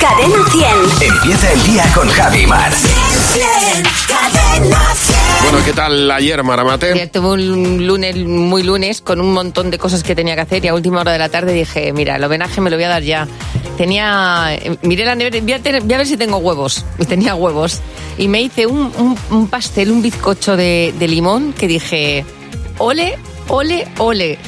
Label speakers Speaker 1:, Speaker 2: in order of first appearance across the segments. Speaker 1: Cadena 100.
Speaker 2: Empieza el día con Javi Mar.
Speaker 1: Cadena 100.
Speaker 3: Bueno, ¿qué tal ayer, Maramate?
Speaker 4: Ayer tuve un lunes muy lunes con un montón de cosas que tenía que hacer y a última hora de la tarde dije, mira, el homenaje me lo voy a dar ya. Tenía, eh, miré la nevera, y voy a, tener- voy a ver si tengo huevos. Y tenía huevos. Y me hice un, un- un pastel, un bizcocho de, de limón que dije, ole, ole, ole.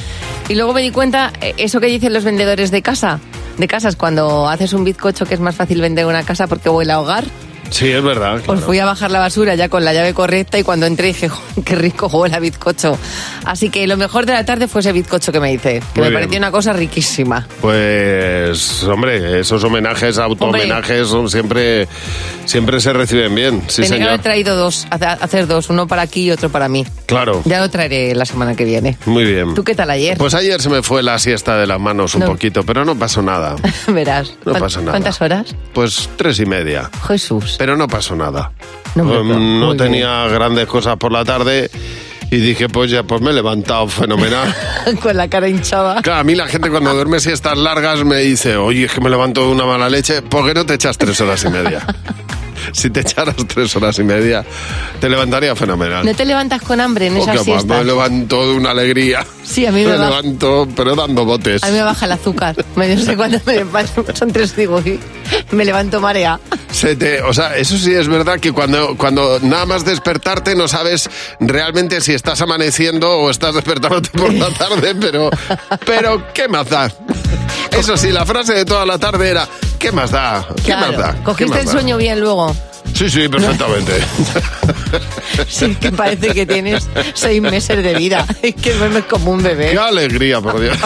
Speaker 4: Y luego me di cuenta, eh, eso que dicen los vendedores de casa, de casas, cuando haces un bizcocho que es más fácil vender una casa porque huele a hogar.
Speaker 3: Sí, es verdad. claro.
Speaker 4: Pues fui a bajar la basura ya con la llave correcta y cuando entré dije, "Jo, qué rico huele a bizcocho. Así que lo mejor de la tarde fue ese bizcocho que me hice, que me
Speaker 3: Muy bien.
Speaker 4: pareció una cosa riquísima.
Speaker 3: Pues, hombre, esos homenajes, auto-homenajes, son siempre, siempre se reciben bien. Sí,
Speaker 4: Tenía que
Speaker 3: señor.
Speaker 4: haber traído dos, hace- hacer dos, uno para aquí y otro para mí.
Speaker 3: Claro,
Speaker 4: Ya lo traeré la semana que viene.
Speaker 3: muy bien.
Speaker 4: ¿Tú qué tal ayer?
Speaker 3: Pues ayer se me fue la siesta de las manos un
Speaker 4: No.
Speaker 3: poquito, pero no pasó nada.
Speaker 4: Verás.
Speaker 3: No
Speaker 4: ¿Cuán-
Speaker 3: pasa nada.
Speaker 4: ¿Cuántas horas?
Speaker 3: Pues tres y media.
Speaker 4: Jesús.
Speaker 3: Pero no pasó nada.
Speaker 4: No, hombre,
Speaker 3: Um,
Speaker 4: pero
Speaker 3: no
Speaker 4: muy
Speaker 3: tenía grandes cosas por la tarde y dije, pues ya, pues me he levantado fenomenal.
Speaker 4: con la cara hinchada.
Speaker 3: Claro, a mí la gente cuando duerme siestas largas me dice, oye, es que me levanto de una mala leche, ¿por qué no te echas tres horas y media? si te echaras tres horas y media, te levantaría fenomenal.
Speaker 4: ¿No te levantas con hambre en
Speaker 3: Oh,
Speaker 4: esas
Speaker 3: qué guapo, me
Speaker 4: siestas?
Speaker 3: levanto de una alegría.
Speaker 4: Sí, a mí me va-
Speaker 3: levanto, pero dando botes.
Speaker 4: A mí me baja el azúcar. Me- No sé cuándo me levanto. Son tres, digo, y me levanto marea.
Speaker 3: Se te- o sea, eso sí es verdad que cuando, cuando nada más despertarte no sabes realmente si estás amaneciendo o estás despertándote por la tarde, pero, pero ¿qué más da? Eso sí, la frase de toda la tarde era ¿qué más da? ¿Qué más da? ¿Qué
Speaker 4: ¿Cogiste
Speaker 3: más
Speaker 4: el
Speaker 3: da?".
Speaker 4: sueño bien luego?
Speaker 3: Sí, sí, perfectamente.
Speaker 4: Sí, que parece que tienes seis meses de vida. Es que duermes como un
Speaker 3: ¡Qué
Speaker 4: bebé.
Speaker 3: alegría, por Dios!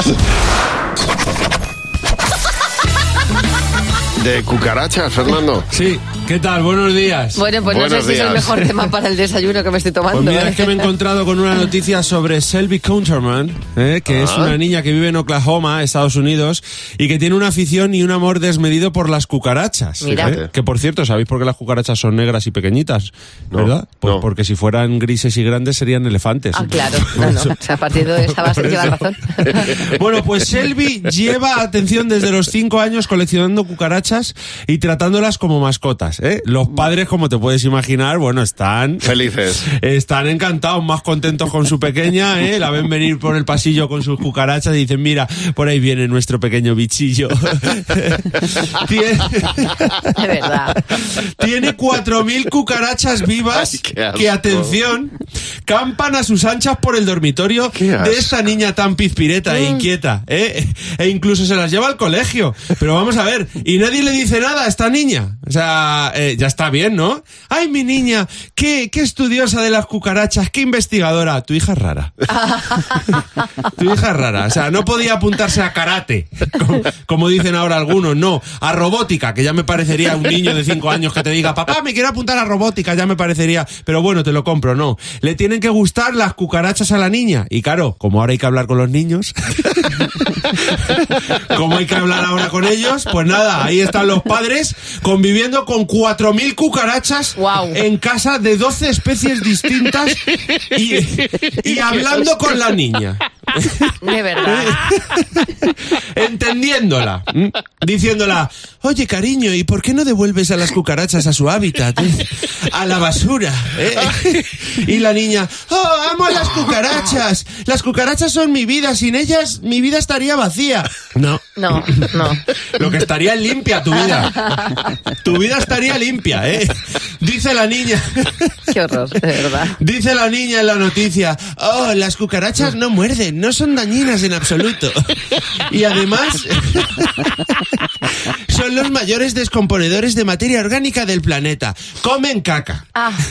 Speaker 3: De cucarachas, Fernando.
Speaker 5: Sí, ¿qué tal? Buenos días.
Speaker 4: Bueno, pues no
Speaker 3: Buenos
Speaker 4: sé si es el
Speaker 3: días.
Speaker 4: mejor tema para el desayuno que me estoy tomando.
Speaker 5: Pues mira,
Speaker 4: ¿eh?
Speaker 5: es que me he encontrado con una noticia sobre Selby Counterman, ¿eh? que es
Speaker 3: Ah.
Speaker 5: una niña que vive en Oklahoma, Estados Unidos, y que tiene una afición y un amor desmedido por las cucarachas.
Speaker 4: Mira.
Speaker 5: ¿eh? Que por cierto, ¿sabéis por qué las cucarachas son negras y pequeñitas?
Speaker 3: No,
Speaker 5: ¿Verdad? Pues
Speaker 3: no.
Speaker 5: porque si fueran grises y grandes serían elefantes.
Speaker 4: Ah, claro. No, no. O sea, a partir de esa base
Speaker 5: Por
Speaker 4: lleva
Speaker 5: eso.
Speaker 4: razón.
Speaker 5: Bueno, pues Selby lleva, atención, desde los 5 años coleccionando cucarachas y tratándolas como mascotas. ¿eh? Los padres, como te puedes imaginar, bueno, están...
Speaker 3: Felices.
Speaker 5: Están encantados, más contentos con su pequeña, ¿eh? La ven venir por el pasillo con sus cucarachas y dicen, mira, por ahí viene nuestro pequeño bichillo. Tiene-
Speaker 4: De verdad.
Speaker 5: tiene 4.000 cucarachas vivas
Speaker 3: Ay, qué asco.
Speaker 5: que, atención, campan a sus anchas por el dormitorio
Speaker 3: Qué asco.
Speaker 5: de esta niña tan pizpireta e inquieta. ¿eh? E incluso se las lleva al colegio. Pero vamos a ver, y nadie le dice nada a esta niña. O sea, eh, ya está bien, ¿no? ¡Ay, mi niña! Qué, ¡Qué estudiosa de las cucarachas! ¡Qué investigadora! Tu hija es rara. Tu hija es rara. O sea, no podía apuntarse a karate, como, como dicen ahora algunos. No, a robótica, que ya me parecería un niño de 5 años que te diga, papá, me quiero apuntar a robótica, ya me parecería. Pero bueno, te lo compro, no. Le tienen que gustar las cucarachas a la niña. Y claro, como ahora hay que hablar con los niños, como hay que hablar ahora con ellos, pues nada, ahí están los padres conviviendo con 4.000 cucarachas
Speaker 4: Guau.
Speaker 5: en casa de 12 especies distintas y, y hablando con la niña
Speaker 4: De verdad.
Speaker 5: entendiéndola, ¿m? diciéndola, oye cariño, ¿y por qué no devuelves a las cucarachas a su hábitat? eh? A la basura. eh?". Y la niña, oh, amo las cucarachas. Las cucarachas son mi vida, sin ellas mi vida estaría vacía. No.
Speaker 4: No, no.
Speaker 5: Lo que estaría es limpia tu vida. Tu vida estaría limpia, ¿eh? Dice la niña.
Speaker 4: Qué horror, de verdad.
Speaker 5: Dice la niña en la noticia, oh, las cucarachas no muerden, no son dañinas en absoluto. Y además, son los mayores descomponedores de materia orgánica del planeta. Comen caca.
Speaker 4: Ah.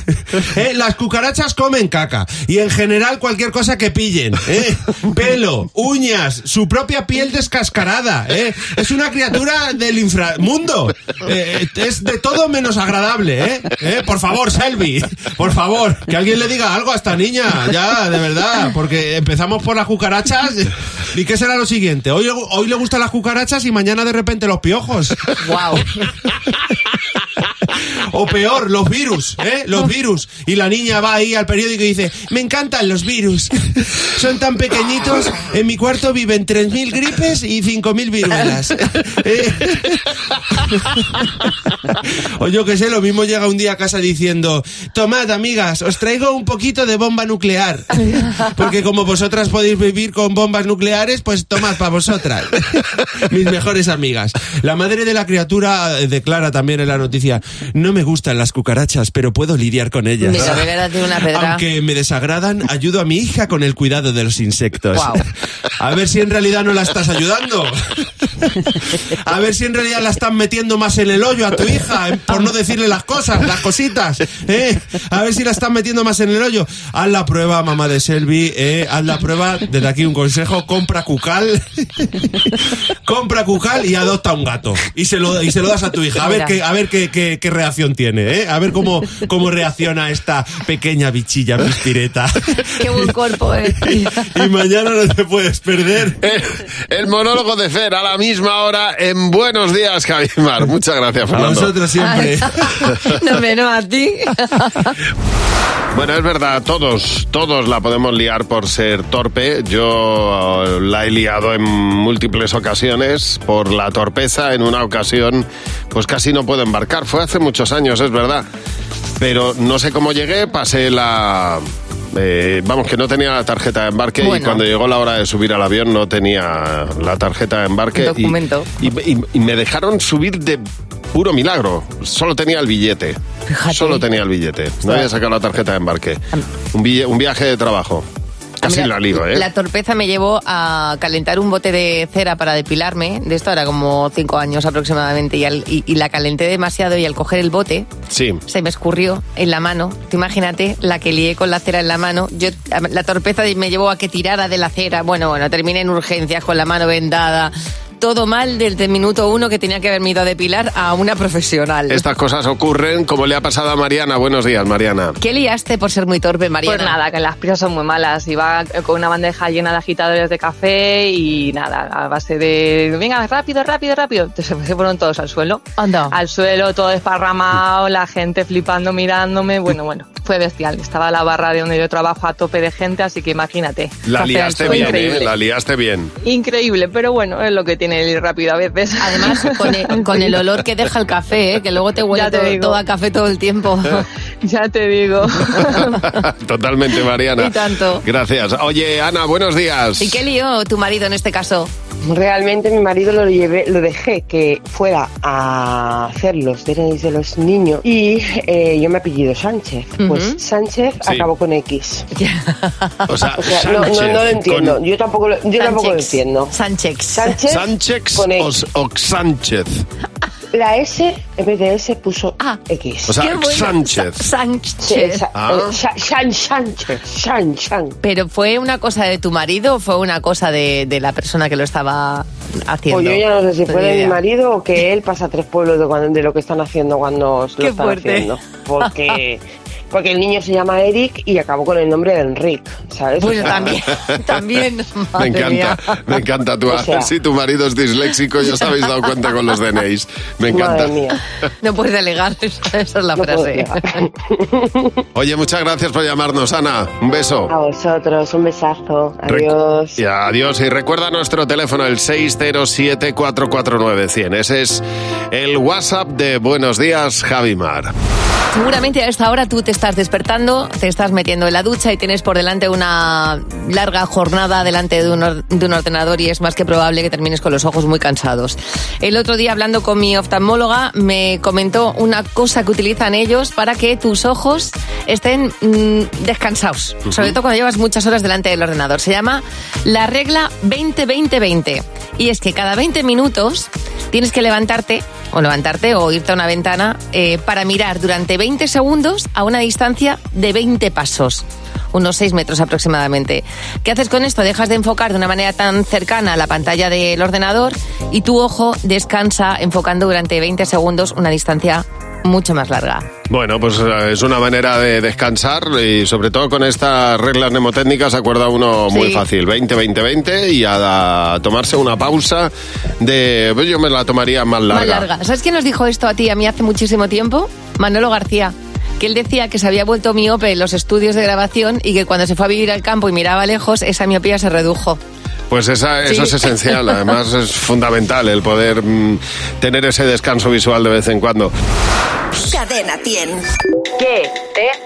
Speaker 5: Eh, Las cucarachas comen caca. Y en general cualquier cosa que pillen. ¿eh? Pelo, uñas, su propia piel descascarada. ¿eh? Es una criatura del inframundo. Eh, es de todo menos agradable. ¿eh? Eh, Por favor, Selvi. Por favor, que alguien le diga algo a esta niña. Ya, de verdad. Porque empezamos por las cucarachas. ¿Y qué será lo siguiente? Hoy, hoy le gustan las cucarachas y mañana de repente los piojos.
Speaker 4: Wow.
Speaker 5: O peor, los virus, ¿eh? Los virus. Y la niña va ahí al periódico y dice, me encantan los virus. Son tan pequeñitos, en mi cuarto viven 3.000 gripes y 5.000 viruelas. Eh. O yo que sé, lo mismo llega un día a casa diciendo, tomad amigas, os traigo un poquito de bomba nuclear. Porque como vosotras podéis vivir con bombas nucleares, pues tomad para vosotras. Mis mejores amigas. La madre de la criatura eh, declara también en la noticia, no me gustan las cucarachas, pero puedo lidiar con ellas.
Speaker 4: Mira, me hubiera dado una pedra.
Speaker 5: Aunque me desagradan, ayudo a mi hija con el cuidado de los insectos.
Speaker 4: Guau.
Speaker 5: A ver si en realidad no la estás ayudando. A ver si en realidad la están metiendo más en el hoyo a tu hija, eh, por no decirle las cosas, las cositas. ¿eh? A ver si la están metiendo más en el hoyo. Haz la prueba, mamá de Selvi. ¿eh? Haz la prueba. Desde aquí un consejo: compra cucal. compra cucal y adopta un gato. Y se lo, y se lo das a tu hija. A ver
Speaker 4: Mira.
Speaker 5: qué, a ver qué, qué- qué reacción tiene. ¿eh? A ver cómo, cómo reacciona esta pequeña bichilla pispireta.
Speaker 4: Qué buen cuerpo, eh.
Speaker 5: y mañana no te puedes perder.
Speaker 3: El, el monólogo de Fer a la misma hora en Buenos Días, Javimar. Muchas gracias,
Speaker 5: A
Speaker 3: Fernando.
Speaker 5: nosotros siempre.
Speaker 4: No menos a ti.
Speaker 3: Bueno, es verdad, todos, todos la podemos liar por ser torpe. Yo eh, la he liado en múltiples ocasiones por la torpeza. En una ocasión, pues casi no puedo embarcar. Fue hace muchos años, es verdad. Pero no sé cómo llegué, pasé la... eh, vamos, que no tenía la tarjeta de embarque y
Speaker 4: Bueno.
Speaker 3: cuando llegó la hora de subir al avión no tenía la tarjeta de embarque. y-
Speaker 4: Documento.
Speaker 3: y- y- y me dejaron subir de puro milagro. Solo tenía el billete.
Speaker 4: Fíjate.
Speaker 3: Solo tenía el billete. No había sacado la tarjeta de embarque. Un, bille- un viaje de trabajo. Casi
Speaker 4: Ah, Mira,
Speaker 3: la lío, ¿eh?
Speaker 4: La torpeza me llevó a calentar un bote de cera para depilarme. De esto era como cinco años aproximadamente. Y, al- y- y la calenté demasiado. Y al coger el bote,
Speaker 3: Sí.
Speaker 4: se me escurrió en la mano. Tú imagínate la que lié con la cera en la mano. Yo la torpeza me llevó a que tirara de la cera. Bueno, bueno, terminé en urgencias con la mano vendada. Todo mal desde el minuto uno que tenía que haberme ido a depilar a una profesional.
Speaker 3: Estas cosas ocurren como le ha pasado a Mariana. Buenos días, Mariana.
Speaker 4: ¿Qué liaste por ser muy torpe, Mariana?
Speaker 1: Pues nada, que las prisas son muy malas. Iba con una bandeja llena de agitadores de café y nada, a base de venga, rápido, rápido, rápido. Entonces se fueron todos al suelo.
Speaker 4: Anda.
Speaker 1: Al suelo, todo desparramado, la gente flipando, mirándome. Bueno, bueno, fue bestial. Estaba la barra de donde yo trabajo a tope de gente, así que imagínate. Café
Speaker 3: La
Speaker 1: al
Speaker 3: liaste
Speaker 1: suelo,
Speaker 3: bien, ¿eh?
Speaker 1: increíble.
Speaker 3: La liaste bien.
Speaker 1: Increíble, pero bueno, es lo que tiene el ir rápido a veces.
Speaker 4: Además, con el, con el olor que deja el café, ¿eh? que luego te huele
Speaker 1: Ya te
Speaker 4: todo,
Speaker 1: digo.
Speaker 4: todo a café todo el tiempo.
Speaker 1: Ya te digo.
Speaker 3: Totalmente, Mariana.
Speaker 4: Y tanto.
Speaker 3: Gracias. Oye, Ana, buenos días.
Speaker 4: ¿Y qué lío tu marido en este caso?
Speaker 6: Realmente mi marido lo llevé, lo dejé que fuera a hacer los DNIs de los niños y eh, yo me apellido Sánchez. Pues Sánchez
Speaker 3: Sí.
Speaker 6: acabó con X.
Speaker 3: O sea,
Speaker 6: O sea, no, no- no
Speaker 3: Sánchez
Speaker 6: lo entiendo.
Speaker 3: con-
Speaker 6: Yo tampoco lo, yo tampoco lo entiendo.
Speaker 4: Sánchez.
Speaker 6: Sánchez,
Speaker 3: Sánchez
Speaker 6: con E.
Speaker 3: o,
Speaker 6: X.
Speaker 3: o Sánchez.
Speaker 6: La S en vez de S puso
Speaker 4: Ah.
Speaker 6: X.
Speaker 3: O sea,
Speaker 4: Qué bueno.
Speaker 3: Sánchez.
Speaker 4: Sa- Sánchez.
Speaker 6: Sí, esa-
Speaker 3: Ah.
Speaker 6: eh, Sa- San- Sánchez, San- San.
Speaker 4: ¿Pero fue una cosa de tu marido o fue una cosa de, de la persona que lo estaba haciendo?
Speaker 6: Pues yo ya no sé si
Speaker 4: No
Speaker 6: fue de
Speaker 4: tengo
Speaker 6: mi
Speaker 4: idea.
Speaker 6: marido o que él pasa tres pueblos de, cuando- de lo que están haciendo cuando os lo
Speaker 4: Qué
Speaker 6: están
Speaker 4: fuerte.
Speaker 6: haciendo. Porque, porque el niño se llama Eric y acabó con el nombre de Enric, ¿sabes? O
Speaker 4: Bueno,
Speaker 6: sea,
Speaker 4: también, también.
Speaker 3: Me
Speaker 4: madre mía.
Speaker 3: encanta, me encanta tu,
Speaker 6: O sea.
Speaker 3: si tu marido es disléxico, ya os habéis dado cuenta con los DNIs. Me
Speaker 6: Madre
Speaker 3: encanta.
Speaker 6: mía.
Speaker 4: No puedes delegar, esa es la
Speaker 6: no puedo
Speaker 4: frase.
Speaker 6: llegar.
Speaker 3: Oye, muchas gracias por llamarnos, Ana. Un beso.
Speaker 6: A vosotros, un besazo.
Speaker 3: Re-
Speaker 6: Adiós.
Speaker 3: Y adiós. Y recuerda nuestro teléfono, el 607-449-100. Ese es el WhatsApp de Buenos Días, Javimar.
Speaker 4: Seguramente a esta hora tú te estás despertando, te estás metiendo en la ducha y tienes por delante una larga jornada delante de un, or- de un ordenador y es más que probable que termines con los ojos muy cansados. El otro día hablando con mi oftalmóloga me comentó una cosa que utilizan ellos para que tus ojos estén mm, descansados, sobre todo cuando llevas muchas horas delante del ordenador. Se llama la regla 20-20-20 y es que cada 20 minutos tienes que levantarte o levantarte o irte a una ventana eh, para mirar durante 20 segundos a una distancia de 20 pasos, unos 6 metros aproximadamente. ¿Qué haces con esto? Dejas de enfocar de una manera tan cercana a la pantalla del ordenador y tu ojo descansa enfocando durante 20 segundos una distancia mucho más larga.
Speaker 3: Bueno, pues eh, es una manera de descansar y sobre todo con estas reglas mnemotécnicas se acuerda uno muy
Speaker 4: Sí.
Speaker 3: fácil, 20-20-20 y a, a tomarse una pausa de... pues Yo me la tomaría más larga.
Speaker 4: Más larga. ¿Sabes quién nos dijo esto a ti, y a mí hace muchísimo tiempo? Manolo García. Que él decía que se había vuelto miope en los estudios de grabación y que cuando se fue a vivir al campo y miraba lejos, esa miopía se redujo.
Speaker 3: Pues esa- eso es
Speaker 4: Sí.
Speaker 3: esencial, además es fundamental el poder mm, tener ese descanso visual de vez en cuando.
Speaker 7: Cadena 100.
Speaker 6: ¿Qué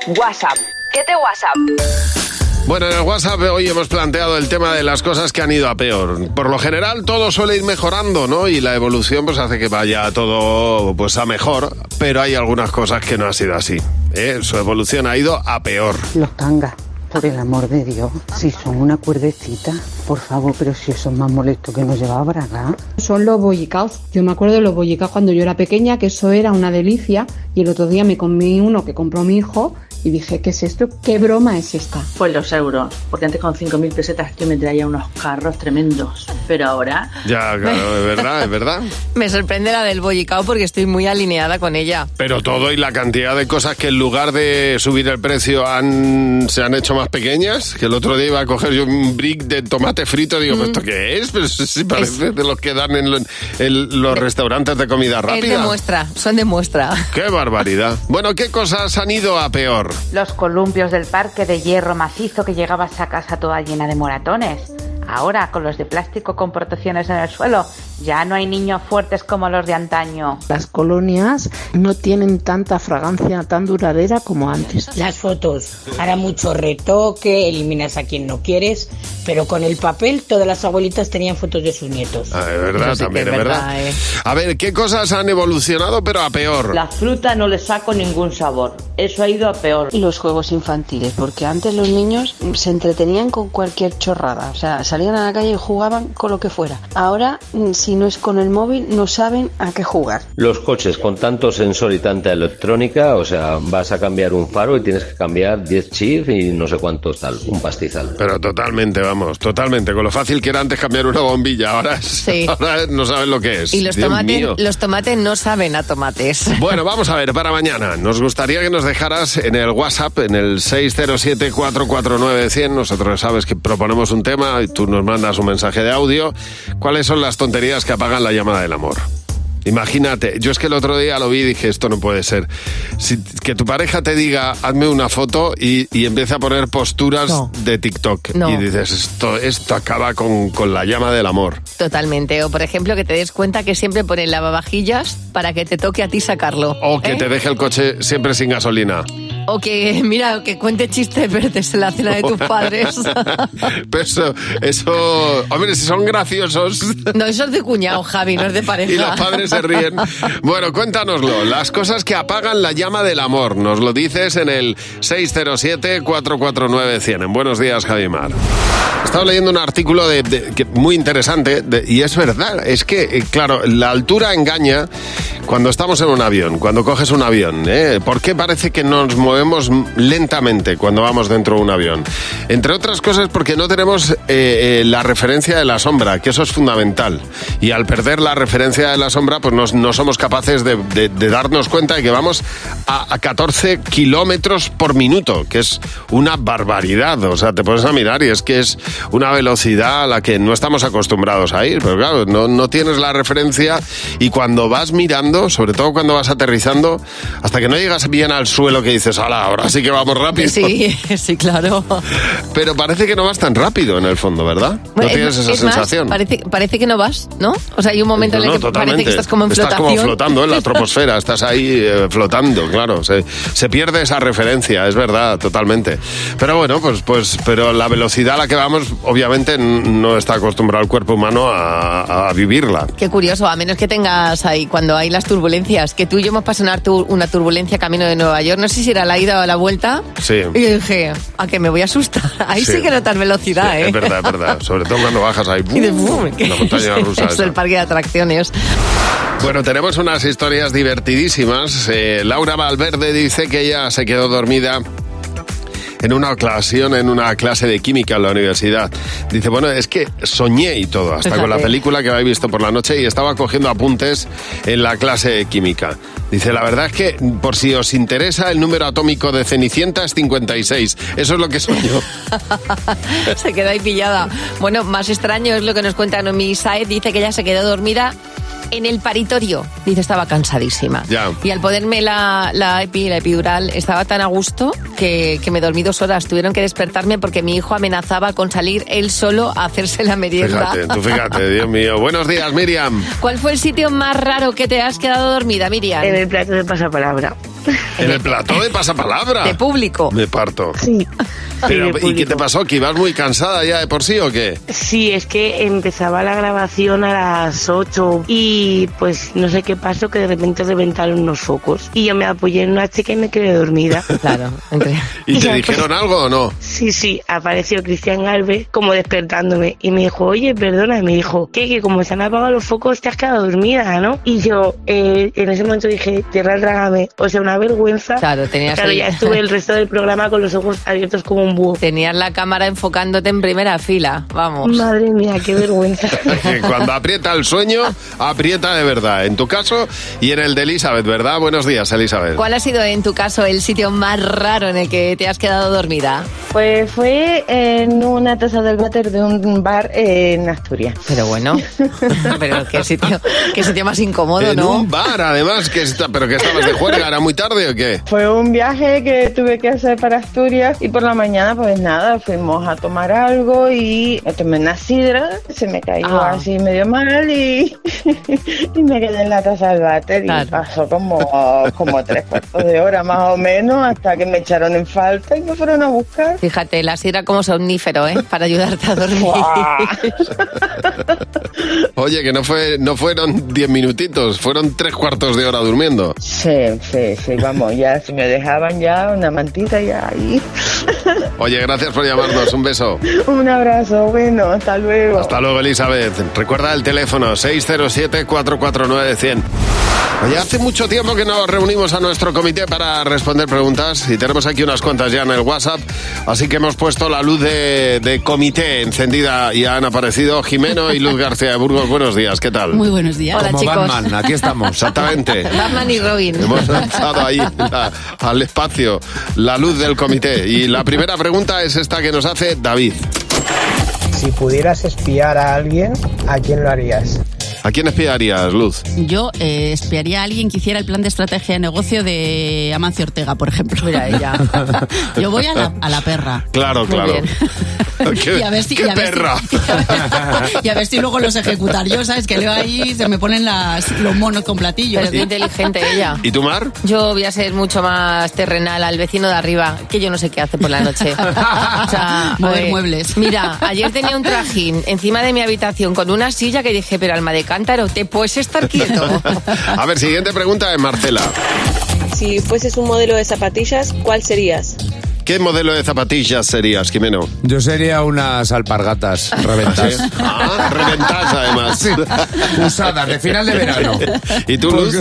Speaker 6: te WhatsApp? ¿Qué te WhatsApp?
Speaker 3: Bueno, en el WhatsApp eh, hoy hemos planteado el tema de las cosas que han ido a peor. Por lo general todo suele ir mejorando, ¿no? Y la evolución pues hace que vaya todo pues a mejor, pero hay algunas cosas que no ha sido así. ¿eh? Su evolución ha ido a peor.
Speaker 8: Los tangas, por el amor de Dios. Si son una cuerdecita, por favor, pero si eso es más molesto que no llevaba braga.
Speaker 9: Son los bollicaos. Yo me acuerdo de los bollicaos cuando yo era pequeña, que eso era una delicia. Y el otro día me comí uno que compró mi hijo y dije, ¿qué es esto? ¿Qué broma es esta?
Speaker 10: Pues los euros, porque antes con 5.000 pesetas yo me traía unos carros tremendos, pero ahora...
Speaker 3: Ya, claro, es verdad, es verdad.
Speaker 4: Me sorprende la del bollicao porque estoy muy alineada con ella.
Speaker 3: Pero todo y la cantidad de cosas que en lugar de subir el precio han, se han hecho más pequeñas. Que el otro día iba a coger yo un brick de tomate frito. Digo, ¿pero ¿esto qué Mm. es? Pero sí parece de los que dan en, lo- en los restaurantes de comida
Speaker 4: Es
Speaker 3: rápida.
Speaker 4: de muestra, son de muestra.
Speaker 3: ¡Qué barbaridad! Bueno, ¿qué cosas han ido a peor?
Speaker 11: Los columpios del parque de hierro macizo que llegabas a casa toda llena de moratones. Ahora, con los de plástico con protecciones en el suelo, ya no hay niños fuertes como los de antaño.
Speaker 12: Las colonias no tienen tanta fragancia tan duradera como antes.
Speaker 13: Las fotos, hará mucho retoque, eliminas a quien no quieres, pero con el papel todas las abuelitas tenían fotos de sus nietos.
Speaker 3: Ah, es verdad,
Speaker 13: Eso sí que
Speaker 3: también
Speaker 13: es
Speaker 3: es verdad.
Speaker 13: verdad, eh.
Speaker 3: A ver, ¿qué cosas han evolucionado pero a peor?
Speaker 14: La fruta no le saco ningún sabor. Eso ha ido a peor. Los juegos infantiles, porque antes los niños se entretenían con cualquier chorrada. O sea, salían a la calle y jugaban con lo que fuera. Ahora, mm, si no es con el móvil, no saben a qué jugar.
Speaker 15: Los coches con tanto sensor y tanta electrónica, o sea, vas a cambiar un faro y tienes que cambiar 10 chips y no sé cuántos tal, un pastizal.
Speaker 3: Pero totalmente, vamos, totalmente. Con lo fácil que era antes cambiar una bombilla, ahora, es- ahora no sabes lo que es.
Speaker 4: Y los
Speaker 3: Dios
Speaker 4: tomates,
Speaker 3: mío.
Speaker 4: los tomates no saben a tomates.
Speaker 3: Bueno, vamos a ver, para mañana. Nos gustaría que nos dejaras en el WhatsApp, en el 607-449-100. Nosotros sabes que proponemos un tema y tú nos mandas un mensaje de audio. ¿Cuáles son las tonterías que apagan la llamada del amor? Imagínate, yo es que el otro día lo vi y dije, esto no puede ser. Si- que tu pareja te diga, hazme una foto y, y empieza a poner posturas de TikTok.
Speaker 4: No.
Speaker 3: Y dices, esto, esto acaba con, con la llama del amor.
Speaker 4: Totalmente. O por ejemplo que te des cuenta que siempre ponen lavavajillas para que te toque a ti sacarlo.
Speaker 3: O que te deje el coche siempre sin gasolina.
Speaker 4: O que, mira, o que cuente chistes verdes en la cena de tus padres.
Speaker 3: Pero eso, eso, hombre, si son graciosos
Speaker 4: No, eso es de cuñado, Javi, no es de pareja.
Speaker 3: y los padres se ríen. Bueno, cuéntanoslo. Las cosas que apagan la llama del amor. Nos lo dices en el 607-449-100. En Buenos días, Javimar. Estaba leyendo un artículo de, de- que- muy interesante de- y es verdad. Es que, eh, claro, la altura engaña cuando estamos en un avión, cuando coges un avión. ¿eh? ¿Por qué parece que nos movemos lentamente cuando vamos dentro de un avión? Entre otras cosas porque no tenemos eh, eh, la referencia de la sombra, que eso es fundamental. Y al perder la referencia de la sombra, pues nos- no somos capaces de, de- de darnos cuenta de que vamos a, a 14 kilómetros por minuto, que es una barbaridad. O sea, te pones a mirar y es que es una velocidad a la que no estamos acostumbrados a ir. Pero claro, no, no tienes la referencia y cuando vas mirando, sobre todo cuando vas aterrizando, hasta que no llegas bien al suelo que dices, ala, ahora sí que vamos rápido.
Speaker 4: Sí, sí, claro.
Speaker 3: Pero parece que no vas tan rápido en el fondo, ¿verdad? No
Speaker 4: Bueno,
Speaker 3: tienes
Speaker 4: es-
Speaker 3: esa
Speaker 4: es más,
Speaker 3: sensación.
Speaker 4: parece, parece que no vas, ¿no? O sea, hay un momento en
Speaker 3: No,
Speaker 4: el que
Speaker 3: no,
Speaker 4: parece que
Speaker 3: totalmente.
Speaker 4: estás como en flotación.
Speaker 3: flotando en la troposfera, estás ahí eh, flotando, claro. Se, se pierde esa referencia, es verdad, totalmente. Pero bueno, pues, pues pero la velocidad a la que vamos, obviamente, n- no está acostumbrado el cuerpo humano a, a vivirla.
Speaker 4: Qué curioso, a menos que tengas ahí, cuando hay las turbulencias, que tú y yo hemos pasado una, tur- una turbulencia camino de Nueva York, no sé si era la ida o la vuelta,
Speaker 3: Sí.
Speaker 4: y yo dije, a que me voy a asustar, ahí sí,
Speaker 3: Sí.
Speaker 4: que notas velocidad, ¿eh?
Speaker 3: Es verdad, es verdad. Sobre todo cuando bajas ahí.
Speaker 4: Y de boom, que
Speaker 3: la montaña rusa.
Speaker 4: es
Speaker 3: esa.
Speaker 4: el parque de atracciones.
Speaker 3: Bueno, tenemos unas historias divertidísimas. Eh, Laura Valverde dice que ella se quedó dormida en una ocasión en una clase de química en la universidad. Dice, bueno, es que soñé y todo, hasta con la
Speaker 16: Fíjate.
Speaker 3: película que habéis visto por la noche y estaba cogiendo apuntes en la clase de química. Dice, la verdad es que, por si os interesa, el número atómico de Cenicienta es 56. Eso es lo que soy yo.
Speaker 4: se quedó ahí pillada. Bueno, más extraño es lo que nos cuenta Nomi Saez. Dice que ella se quedó dormida en el paritorio. Dice, estaba cansadísima.
Speaker 3: Ya.
Speaker 4: Y al ponerme la, la epi, la epidural, estaba tan a gusto que, que me dormí dos horas. Tuvieron que despertarme porque mi hijo amenazaba con salir él solo a hacerse la merienda.
Speaker 3: Fíjate, tú fíjate, Dios mío. Buenos días, Miriam.
Speaker 4: ¿Cuál fue el sitio más raro que te has quedado dormida, Miriam?
Speaker 16: En el plato de pasapalabra.
Speaker 3: En el plató de pasapalabra.
Speaker 4: De público.
Speaker 3: Me parto.
Speaker 16: Sí.
Speaker 3: Pero,
Speaker 16: de
Speaker 3: ¿Y qué te pasó? ¿Que ibas muy cansada ya de por sí o qué?
Speaker 16: Sí, es que empezaba la grabación a las 8 y pues no sé qué pasó que de repente reventaron unos focos y yo me apoyé en una chica y me quedé dormida.
Speaker 4: Claro.
Speaker 3: ¿Y te
Speaker 16: Ya,
Speaker 3: dijeron
Speaker 16: pues-
Speaker 3: algo o no?
Speaker 16: Sí, sí, apareció Cristian Galvez como despertándome y me dijo, oye, perdona, y me dijo, ¿qué? Que como se han apagado los focos te has quedado dormida, ¿no? Y yo eh, en ese momento dije, tierra trágame, o sea, una vergüenza.
Speaker 4: Claro, tenías
Speaker 16: Claro,
Speaker 4: ahí-
Speaker 16: ya estuve el resto del programa con los ojos abiertos como un búho.
Speaker 4: Tenías la cámara enfocándote en primera fila. Vamos.
Speaker 16: Madre mía, qué vergüenza.
Speaker 3: Que cuando aprieta el sueño, aprieta de verdad. En tu caso y en el de Elizabeth, ¿verdad? Buenos días, Elizabeth.
Speaker 4: ¿Cuál ha sido en tu caso el sitio más raro en el que te has quedado dormida?
Speaker 17: Pues fue en una taza del váter de un bar en Asturias.
Speaker 4: Pero bueno, pero qué sitio, qué sitio más incómodo,
Speaker 3: en
Speaker 4: ¿no?
Speaker 3: un bar, además, que está, pero que estabas de juerga, ¿era muy tarde o qué?
Speaker 17: Fue un viaje que tuve que hacer para Asturias y por la mañana, pues nada, fuimos a tomar algo y me tomé una sidra, se me cayó
Speaker 4: Ah.
Speaker 17: así medio mal y, y me quedé en la taza del váter y pasó como, como tres cuartos de hora más o menos hasta que me echaron en falta y me fueron a buscar.
Speaker 4: Fíjate, la sidra como somnífero, ¿eh? Para ayudarte a dormir.
Speaker 17: Guau.
Speaker 3: Oye, que no, fue, no fueron diez minutitos, fueron tres cuartos de hora durmiendo.
Speaker 17: Sí, sí, sí, vamos, ya si me dejaban ya una mantita ya ahí.
Speaker 3: Oye, gracias por llamarnos, un beso.
Speaker 17: Un abrazo, bueno, hasta luego.
Speaker 3: Hasta luego, Elizabeth. Recuerda el teléfono 607-449-100. Oye, hace mucho tiempo que nos reunimos a nuestro comité para responder preguntas y tenemos aquí unas cuantas ya en el WhatsApp, así que hemos puesto la luz de, de comité encendida y han aparecido Jimeno y Luz García de Burgos. Buenos días, ¿qué tal?
Speaker 18: Muy buenos días.
Speaker 4: Hola, chicos.
Speaker 3: Exactamente.
Speaker 4: Batman y Robin.
Speaker 3: Eh, Hemos lanzado ahí la- al espacio la luz del comité. Y la primera pregunta es esta que nos hace David.
Speaker 19: Si pudieras espiar a alguien, ¿a quién lo harías?
Speaker 3: ¿A quién espiarías, Luz?
Speaker 18: Yo eh, espiaría a alguien que hiciera el plan de estrategia de negocio de Amancio Ortega, por ejemplo. Mira
Speaker 4: ella.
Speaker 18: Yo voy a la, a la perra.
Speaker 3: Claro,
Speaker 18: Muy
Speaker 3: claro.
Speaker 18: bien.
Speaker 3: ¿Qué,
Speaker 18: Y a ver si-
Speaker 3: qué
Speaker 18: y a ver si-
Speaker 3: perra?
Speaker 18: Y a ver si luego los ejecutar yo, ¿sabes? Que leo ahí y se me ponen las, los monos con platillos.
Speaker 4: Pero qué inteligente ella.
Speaker 3: ¿Y tú, Mar?
Speaker 4: Yo voy a ser mucho más terrenal al vecino de arriba, que yo no sé qué hace por la noche. O sea, a
Speaker 18: Mover
Speaker 4: ver,
Speaker 18: muebles.
Speaker 4: Mira, ayer tenía un trajín encima de mi habitación con una silla que dije, pero alma de cántaro, te puedes estar quieto.
Speaker 3: A ver, siguiente pregunta de Marcela.
Speaker 20: Si fueses un modelo de zapatillas, ¿cuál serías?
Speaker 3: ¿Qué modelo de zapatillas serías, Jimeno?
Speaker 21: Yo sería unas alpargatas
Speaker 3: ¿Sí?
Speaker 21: reventadas.
Speaker 3: Ah, reventadas además.
Speaker 21: Sí. Usadas, de final de verano.
Speaker 3: ¿Y tú, Luz?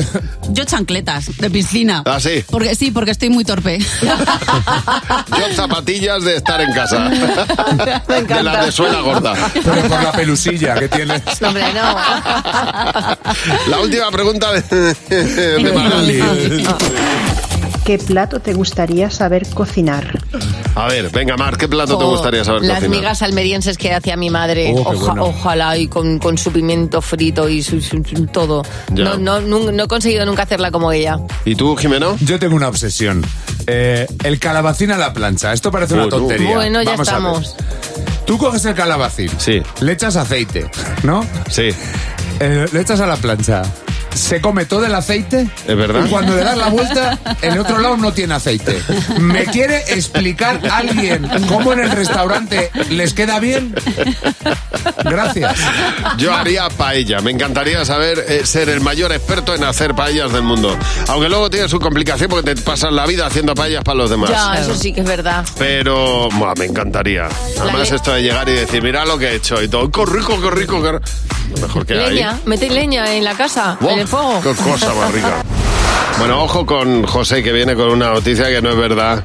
Speaker 18: Yo chancletas de piscina.
Speaker 3: Ah, sí.
Speaker 18: Porque sí, porque estoy muy torpe.
Speaker 3: Yo zapatillas de estar en casa. De las de suela gorda.
Speaker 21: Pero con la pelusilla que tienes.
Speaker 4: No, hombre, no.
Speaker 3: La última pregunta de, de Magali.
Speaker 22: ¿Qué plato te gustaría saber cocinar?
Speaker 3: A ver, venga, Mar, ¿qué plato
Speaker 18: Oh,
Speaker 3: te
Speaker 4: O
Speaker 3: gustaría saber
Speaker 4: Las
Speaker 3: cocinar?
Speaker 4: migas almerienses que hacía mi madre,
Speaker 3: Oh, qué
Speaker 4: Oja-
Speaker 3: bueno.
Speaker 4: ojalá, y con, con su pimiento frito y su, su- su- todo.
Speaker 21: Ya.
Speaker 4: No, no, nun- no he conseguido nunca hacerla como ella.
Speaker 3: ¿Y tú, Jimeno?
Speaker 21: Yo tengo una obsesión. Eh, el calabacín a la plancha. Esto parece
Speaker 4: Uh,
Speaker 21: una
Speaker 4: no.
Speaker 21: tontería.
Speaker 4: Bueno, ya
Speaker 21: Vamos a ver.
Speaker 4: estamos.
Speaker 21: Tú coges el calabacín.
Speaker 3: Sí.
Speaker 21: Le echas aceite, ¿no? Eh,
Speaker 3: Sí.
Speaker 21: le echas a la plancha. Se come todo el aceite.
Speaker 3: Es verdad.
Speaker 21: Y cuando le das la vuelta, el otro lado no tiene aceite. ¿Me quiere explicar alguien cómo en el restaurante les queda bien? Gracias.
Speaker 3: Yo haría paella. Me encantaría saber eh, ser el mayor experto en hacer paellas del mundo. Aunque luego tiene su complicación porque te pasas la vida haciendo paellas para los demás.
Speaker 4: Ya, eso sí que es verdad.
Speaker 3: Pero buah, me encantaría. Además, esto de llegar y decir, mira lo que he hecho y todo. ¡Qué rico, qué rico! Qué... ri-". Lo mejor que hay.
Speaker 4: Leña, mete leña en la casa, en el fuego.
Speaker 3: ¡Qué cosa más rica! Bueno, ojo con José que viene con una noticia que no es verdad.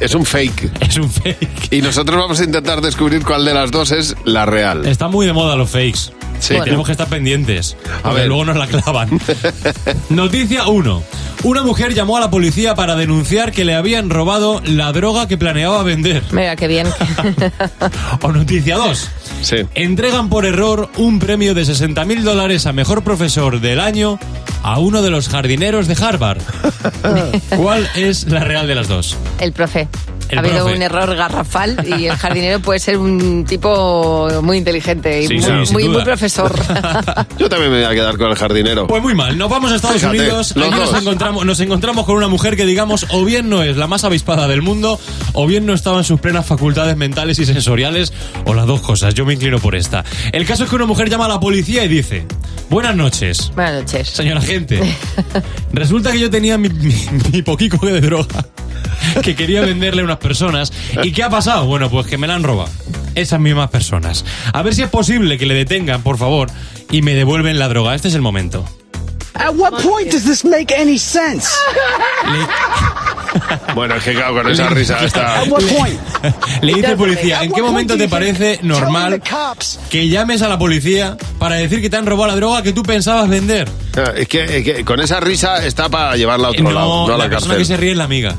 Speaker 3: Es un fake.
Speaker 23: Es un fake.
Speaker 3: Y nosotros vamos a intentar descubrir cuál de las dos es la real.
Speaker 23: Está muy de moda los fakes.
Speaker 3: Sí.
Speaker 23: Tenemos que estar pendientes. A
Speaker 3: ver.
Speaker 23: ver, luego nos la clavan. Noticia 1. Una mujer llamó a la policía para denunciar que le habían robado la droga que planeaba vender.
Speaker 4: Mira, qué bien.
Speaker 23: O noticia 2. Entregan por error un premio de 60 mil dólares a mejor profesor del año a uno de los jardineros de Harvard. ¿Cuál es la real de las dos?
Speaker 4: El profe.
Speaker 23: El
Speaker 4: ha habido
Speaker 23: profe.
Speaker 4: un error garrafal y el jardinero puede ser un tipo muy inteligente y
Speaker 3: Sí,
Speaker 4: muy,
Speaker 3: claro, sin
Speaker 4: muy-
Speaker 3: duda.
Speaker 4: muy profesor.
Speaker 3: Yo también me voy a quedar con el jardinero.
Speaker 23: Pues muy mal, nos vamos a Estados
Speaker 3: Fíjate,
Speaker 23: Unidos.
Speaker 3: los
Speaker 23: Allí nos
Speaker 3: dos.
Speaker 23: encontramos, nos encontramos con una mujer que, digamos, o bien no es la más avispada del mundo, o bien no estaba en sus plenas facultades mentales y sensoriales, o las dos cosas. Yo me inclino por esta. El caso es que una mujer llama a la policía y dice: Buenas noches.
Speaker 4: Buenas noches.
Speaker 23: Señora gente, resulta que yo tenía mi, mi- mi poquico de droga que quería venderle a unas personas. ¿Y qué ha pasado? Bueno, pues que me la han robado. Esas mismas personas. A ver si es posible que le detengan, por favor, y me devuelven la droga. Este es el momento.
Speaker 1: At what point does this make any sense?
Speaker 3: Bueno, es que claro, con esa risa está.
Speaker 1: At what point?
Speaker 23: Le dice policía, ¿en qué momento te parece normal que llames a la policía para decir que te han robado la droga que tú pensabas vender?
Speaker 3: Ah, Es que, es que con esa risa está para llevarla a otro
Speaker 23: No,
Speaker 3: lado, no a
Speaker 23: la,
Speaker 3: la,
Speaker 23: persona
Speaker 3: cárcel.
Speaker 23: que se ríe es la amiga.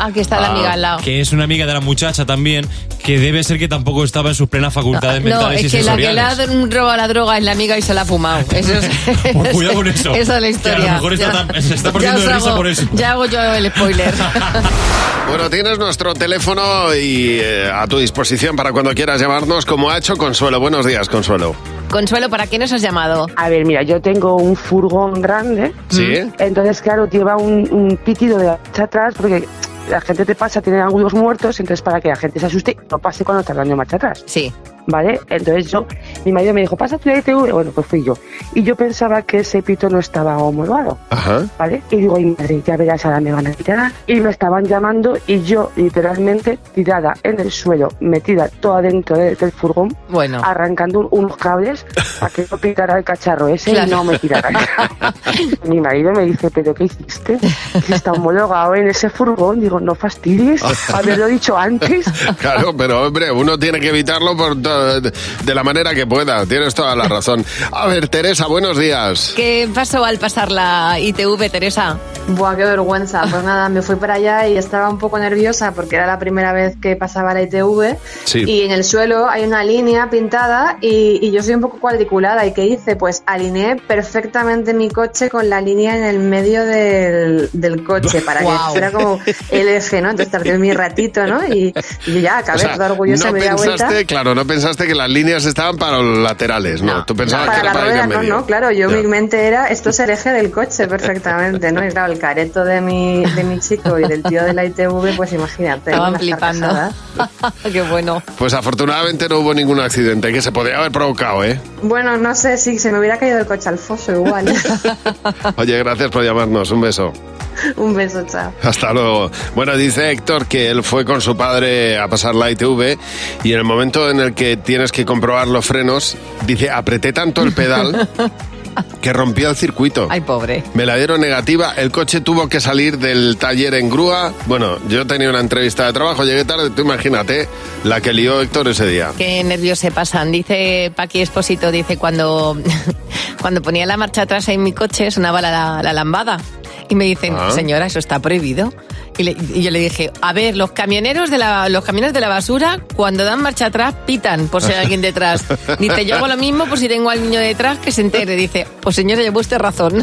Speaker 4: Aquí Ah, está
Speaker 3: Ah.
Speaker 4: la amiga al lado.
Speaker 23: Que es una amiga de la muchacha también, que debe ser que tampoco estaba en sus plenas facultades
Speaker 4: No,
Speaker 23: mentales
Speaker 4: es
Speaker 23: y
Speaker 4: que la que le
Speaker 23: sensoriales.
Speaker 4: ha robado la droga es la amiga y se la ha fumado. Eso es-
Speaker 23: Pues cuidado con eso.
Speaker 4: Esa es la historia.
Speaker 23: Que a lo mejor
Speaker 4: Ya.
Speaker 23: está tan- se está
Speaker 4: ya
Speaker 23: poniendo
Speaker 4: os
Speaker 23: de risa
Speaker 4: hago-
Speaker 23: por eso.
Speaker 4: Ya hago yo el spoiler.
Speaker 3: Bueno, tienes nuestro teléfono y eh, a tu disposición para cuando quieras llamarnos, como ha hecho Consuelo. Buenos días, Consuelo.
Speaker 4: Consuelo, ¿para qué nos has llamado?
Speaker 2: A ver, mira, yo tengo un furgón grande.
Speaker 3: Sí.
Speaker 2: Entonces, claro, lleva un, un pitido de hacia atrás porque la gente te pasa, tienen algunos muertos, entonces para que la gente se asuste y no pase cuando estás dando marcha atrás.
Speaker 4: Sí.
Speaker 2: ¿Vale? Entonces yo, mi marido me dijo, pasa tu ITV. Bueno, pues fui yo. Y yo pensaba que ese pito no estaba homologado.
Speaker 3: Ajá.
Speaker 2: ¿Vale? Y digo, ay madre, ya verás, ahora me van a quitar. Y me estaban llamando y yo literalmente tirada en el suelo, metida toda dentro de- del furgón,
Speaker 4: Bueno.
Speaker 2: arrancando un- unos cables para que no picara el cacharro ese
Speaker 4: Claro.
Speaker 2: y no me tirara. Mi marido me dice, ¿pero qué hiciste? Que está homologado en ese furgón. Digo, no fastidies, haberlo dicho antes.
Speaker 3: Claro, pero hombre, uno tiene que evitarlo por to- de la manera que pueda. Tienes toda la razón. A ver, Teresa, buenos días.
Speaker 4: ¿Qué pasó al pasar la ITV, Teresa?
Speaker 5: Buah, qué vergüenza. Pues nada, me fui para allá y estaba un poco nerviosa porque era la primera vez que pasaba la ITV.
Speaker 24: Sí.
Speaker 5: Y en el suelo hay una línea pintada y, y yo soy un poco cuadriculada. ¿Y qué hice? Pues alineé perfectamente mi coche con la línea en el medio del, del coche para que
Speaker 2: Guau.
Speaker 5: fuera como el eje, ¿no? Entonces tardé mi ratito, ¿no? Y, y ya acabé
Speaker 3: O sea,
Speaker 5: toda orgullosa
Speaker 3: no
Speaker 5: me di la
Speaker 3: pensaste,
Speaker 5: vuelta.
Speaker 3: claro, no pensaste que las líneas estaban para los laterales, no. Tú pensabas
Speaker 5: para
Speaker 3: que era
Speaker 5: la
Speaker 3: para
Speaker 5: rueda,
Speaker 3: ir en
Speaker 5: no,
Speaker 3: medio.
Speaker 5: no, claro, yo
Speaker 3: Ya.
Speaker 5: mi mente era, esto es el eje del coche perfectamente, ¿no? Y claro, el careto de mi, de mi chico y del tío de la ITV, pues imagínate.
Speaker 4: Estaban
Speaker 5: unas
Speaker 4: flipando.
Speaker 5: carcajadas.
Speaker 4: qué bueno.
Speaker 3: Pues afortunadamente no hubo ningún accidente que se podría haber provocado, ¿eh?
Speaker 5: Bueno, no sé si se me hubiera caído el coche al foso igual.
Speaker 3: Oye, gracias por llamarnos. Un beso.
Speaker 5: Un beso, chao.
Speaker 3: Hasta luego. Bueno, dice Héctor que él fue con su padre a pasar la ITV y en el momento en el que tienes que comprobar los frenos, dice, apreté tanto el pedal que rompió el circuito.
Speaker 4: Ay, pobre.
Speaker 3: Me la dieron negativa, el coche tuvo que salir del taller en grúa. Bueno, yo tenía una entrevista de trabajo, llegué tarde, tú imagínate la que lió Héctor ese día.
Speaker 4: Qué nervios se pasan. Dice Paqui Esposito, dice, cuando, cuando ponía la marcha atrás en mi coche sonaba la, la, la lambada. Y me dicen,
Speaker 2: Ah.
Speaker 4: señora, eso está prohibido. Y, le- y yo le dije, a ver, los camioneros de la, los camiones de la basura, cuando dan marcha atrás, pitan por si hay alguien detrás. Dice, yo hago lo mismo por si tengo al niño detrás que se entere. Dice, pues señora, lleva usted razón.